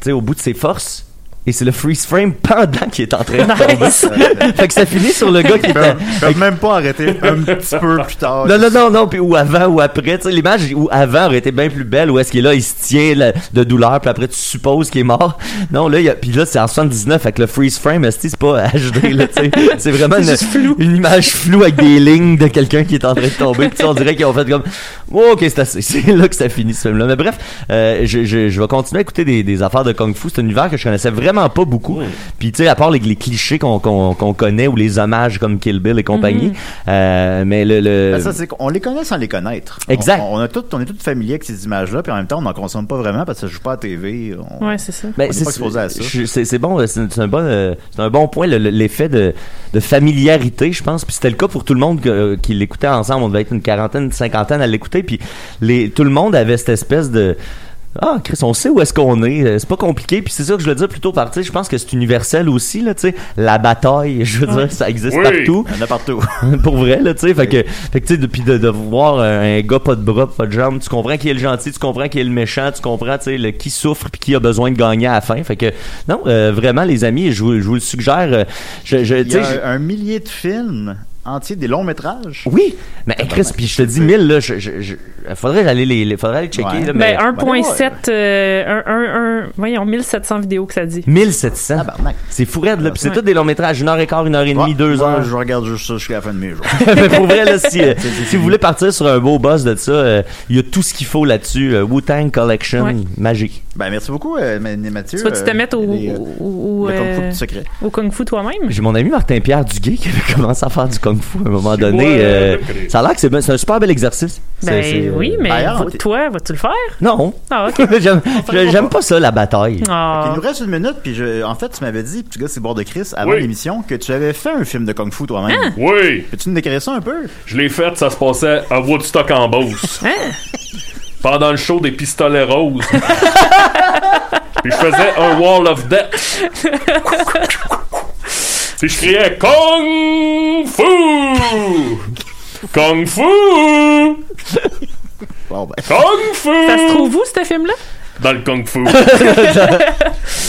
Speaker 6: tu sais, au bout de ses forces. Et c'est le freeze frame pendant qu'il est en train de tomber.
Speaker 4: Nice.
Speaker 6: fait que ça finit sur le gars qui
Speaker 4: Ils
Speaker 6: est à-
Speaker 4: peuvent, ils peuvent même pas arrêter un petit peu plus tard.
Speaker 6: Ben, non, non, non, non, puis ou avant ou après. Tu sais, l'image où avant aurait été bien plus belle, où est-ce qu'il est là, il se tient là, de douleur, puis après tu supposes qu'il est mort. Non, là, il y a, puis là, c'est en 79, avec le freeze frame, esti, c'est pas HD, là, tu sais. C'est vraiment une, une image floue avec des lignes de quelqu'un qui est en train de tomber, puis tu sais, on dirait qu'ils ont fait comme, Oh, ok, c'est assez. C'est là que ça finit, ce film-là. Mais bref, euh, je, je, je vais continuer à écouter des, des affaires de Kung Fu. C'est un univers que je connaissais vraiment pas beaucoup. Puis, tu sais, à part les, les clichés qu'on qu'on qu'on connaît ou les hommages comme Kill Bill et compagnie, euh, mais le. le...
Speaker 4: Mhm. Ben, ça, c'est qu'on les connaît sans les connaître.
Speaker 6: Exact.
Speaker 4: On, on a tout, on est tous familiers avec ces images-là, puis en même temps, on n'en consomme pas vraiment parce que ça joue pas à TV. On,
Speaker 3: Ouais, c'est ça.
Speaker 6: Ben,
Speaker 4: on n'est
Speaker 6: c'est-
Speaker 4: pas exposé à ça.
Speaker 6: je- C'est c'est bon, euh, c'est c'est un bon, euh, c'est un bon point, le- le- l'effet de, de familiarité, je pense. Puis c'était le cas pour tout le monde que- euh, qui l'écoutait ensemble. On devait être une quarantaine, une cinquantaine à l'écouter. Puis les, tout le monde avait cette espèce de ah, Chris, on sait où est-ce qu'on est. Euh, C'est pas compliqué. Puis c'est ça que je le disais plutôt par, tu sais, je pense que c'est universel aussi là. Tu sais, la bataille, je veux
Speaker 4: Ouais.
Speaker 6: dire, ça existe
Speaker 4: Oui.
Speaker 6: partout.
Speaker 4: Il y en a partout.
Speaker 6: pour vrai là, tu sais. Fait que, fait que tu sais, depuis de, de voir euh, un gars pas de bras, pas de jambes, tu comprends qui est le gentil, tu comprends qui est le méchant, tu comprends, tu sais, le- qui souffre puis qui a besoin de gagner à la fin. Fait que non, euh, vraiment les amis, je vous, je vous le suggère. euh, Je, je,
Speaker 4: Il
Speaker 6: tu
Speaker 4: y
Speaker 6: sais,
Speaker 4: a
Speaker 6: je-
Speaker 4: un millier de films entiers, des longs métrages.
Speaker 6: oui, mais hey, Chris, puis je te dis mille là, je, je, je- faudrait aller les, les- faudrait aller checker. là, mais-
Speaker 3: Ben, 1.7, euh, un- un- un- voyons, 1700 vidéos que ça dit.
Speaker 4: Ah,
Speaker 6: 1700.
Speaker 4: bah.
Speaker 6: c'est fou raide, là. Puis c'est
Speaker 3: Ouais.
Speaker 6: tout des longs métrages, une heure et quart, une heure et demie, deux
Speaker 4: Moi,
Speaker 6: heures.
Speaker 4: je regarde juste ça jusqu'à la fin de mes jours.
Speaker 6: Mais pour vrai, là, si, euh,
Speaker 4: C'est- c'est
Speaker 6: si vous voulez partir sur un beau boss de ça, euh, il y a tout ce qu'il faut là-dessus. Euh, Wu-Tang Collection,
Speaker 3: Ouais.
Speaker 6: magique.
Speaker 4: Ben, merci beaucoup, euh, Ma- Mathieu.
Speaker 3: Tu vas-tu te mettre au, au, au,
Speaker 4: le Kung Fu
Speaker 3: euh,
Speaker 4: du secret.
Speaker 3: au Kung Fu toi-même?
Speaker 6: J'ai mon ami Martin Pierre Duguay qui avait commencé à faire du Kung comme fou à un moment donné. euh, ça a l'air que c'est ben- c'est un super bel exercice.
Speaker 3: Ben
Speaker 6: C'est- euh, c'est-
Speaker 3: oui, mais
Speaker 6: D'ailleurs,
Speaker 3: vo- toi, vas-tu le faire?
Speaker 6: Non.
Speaker 3: Ah, ok.
Speaker 6: J'aime- je- J'aime pas ça, la bataille.
Speaker 3: Ah.
Speaker 4: Fait qu'il nous reste une minute, puis je, en fait, tu m'avais dit, petit gars, c'est bord de Chris, avant
Speaker 7: Oui.
Speaker 4: l'émission, que tu avais fait un film de Kung Fu toi-même.
Speaker 3: Hein?
Speaker 7: Oui!
Speaker 4: Peux-tu nous décrire ça un peu?
Speaker 7: Je l'ai faite, ça se passait à Woodstock en Beauce.
Speaker 3: Hein?
Speaker 7: Pendant le show des pistolets roses. Puis je faisais un wall of death. Puis je criais Kung Fu! Kung Fu!
Speaker 4: ben,
Speaker 7: Kung Fu!
Speaker 3: Ça se trouve où, ce film-là?
Speaker 7: Dans le Kung Fu.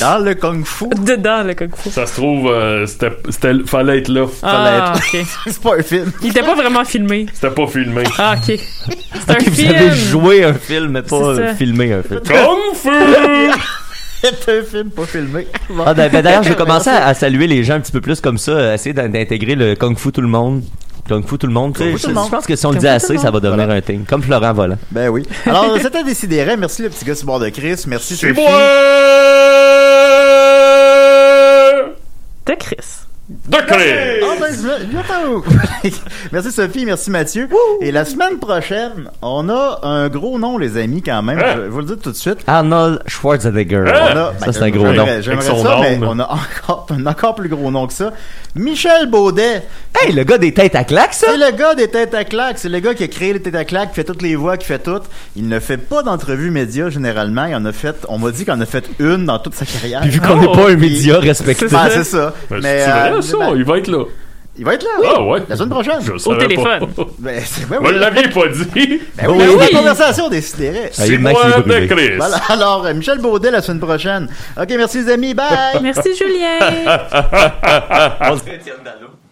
Speaker 4: Dans le Kung Fu.
Speaker 3: Dedans, le Kung Fu.
Speaker 7: Ça se trouve, euh, c'était, c'était- fallait être là.
Speaker 3: Ah,
Speaker 7: Fallait
Speaker 3: ok.
Speaker 7: être-
Speaker 4: c'est pas un film.
Speaker 3: Il était pas vraiment filmé.
Speaker 7: C'était pas filmé.
Speaker 3: Ah, ok. C'est un
Speaker 6: Ok, vous
Speaker 3: film.
Speaker 6: avez joué un film, mais pas
Speaker 3: C'est ça.
Speaker 6: euh, filmé un film.
Speaker 7: Kung Fu!
Speaker 4: C'est un film pas filmé. Bon.
Speaker 6: Ah, ben, ben, d'ailleurs, je vais commencer à, à saluer les gens un petit peu plus comme ça, euh, essayer d'in- d'intégrer le Kung Fu tout le monde. Kung Fu tout le monde. tu sais,
Speaker 4: Kung Fu
Speaker 6: Je
Speaker 4: tout le monde.
Speaker 6: je pense que si on le
Speaker 4: Kung
Speaker 6: dit
Speaker 4: Fu tout
Speaker 6: assez,
Speaker 4: le
Speaker 6: ça va devenir un thing. Comme Florent Volant.
Speaker 4: Ben oui. Alors, c'était décidéré. Merci le petit gars sur bord de Chris. Merci Sophie.
Speaker 7: euh,
Speaker 3: De Chris.
Speaker 7: De Chris.
Speaker 4: Ah, ben, je- bientôt. merci Sophie, merci Mathieu. Et la semaine prochaine, on a un gros nom, les amis, quand même.
Speaker 6: Hein?
Speaker 4: Je vais vous le dire tout de suite.
Speaker 6: Arnold Schwarzenegger.
Speaker 4: On a-
Speaker 6: Ça,
Speaker 4: ben,
Speaker 6: c'est un gros nom.
Speaker 4: j'aimerais- J'aimerais
Speaker 6: Avec son
Speaker 4: ça,
Speaker 6: nom,
Speaker 4: mais
Speaker 6: là.
Speaker 4: on a encore un encore plus gros nom que ça. Michel Baudet.
Speaker 6: Hey, le gars des têtes à claques, ça?
Speaker 4: C'est le gars des têtes à claques. C'est le gars qui a créé les têtes à claques, qui fait toutes les voix, qui fait tout. Il ne fait pas d'entrevues médias, généralement. Il en a fait, on m'a dit qu'il en a fait une dans toute sa carrière.
Speaker 6: Puis vu qu'on n'est pas un média respecté.
Speaker 4: Ah, c'est ça.
Speaker 7: Ben,
Speaker 4: Mais,
Speaker 7: c'est vrai,
Speaker 4: euh,
Speaker 7: ça,
Speaker 4: ben,
Speaker 7: il va être là.
Speaker 4: il va être là,
Speaker 7: Ah ouais.
Speaker 4: La semaine prochaine.
Speaker 7: Je savais téléphone. pas.
Speaker 4: Ben, c'est
Speaker 7: Vous l'aviez pas dit.
Speaker 4: Ben oui, la conversation des sidérés.
Speaker 7: C'est C'est moi moi de brûlé. Chris.
Speaker 4: Voilà, alors, euh, Michel Baudet la semaine prochaine. OK, merci les amis, bye.
Speaker 3: Merci, Julien.
Speaker 7: On
Speaker 6: se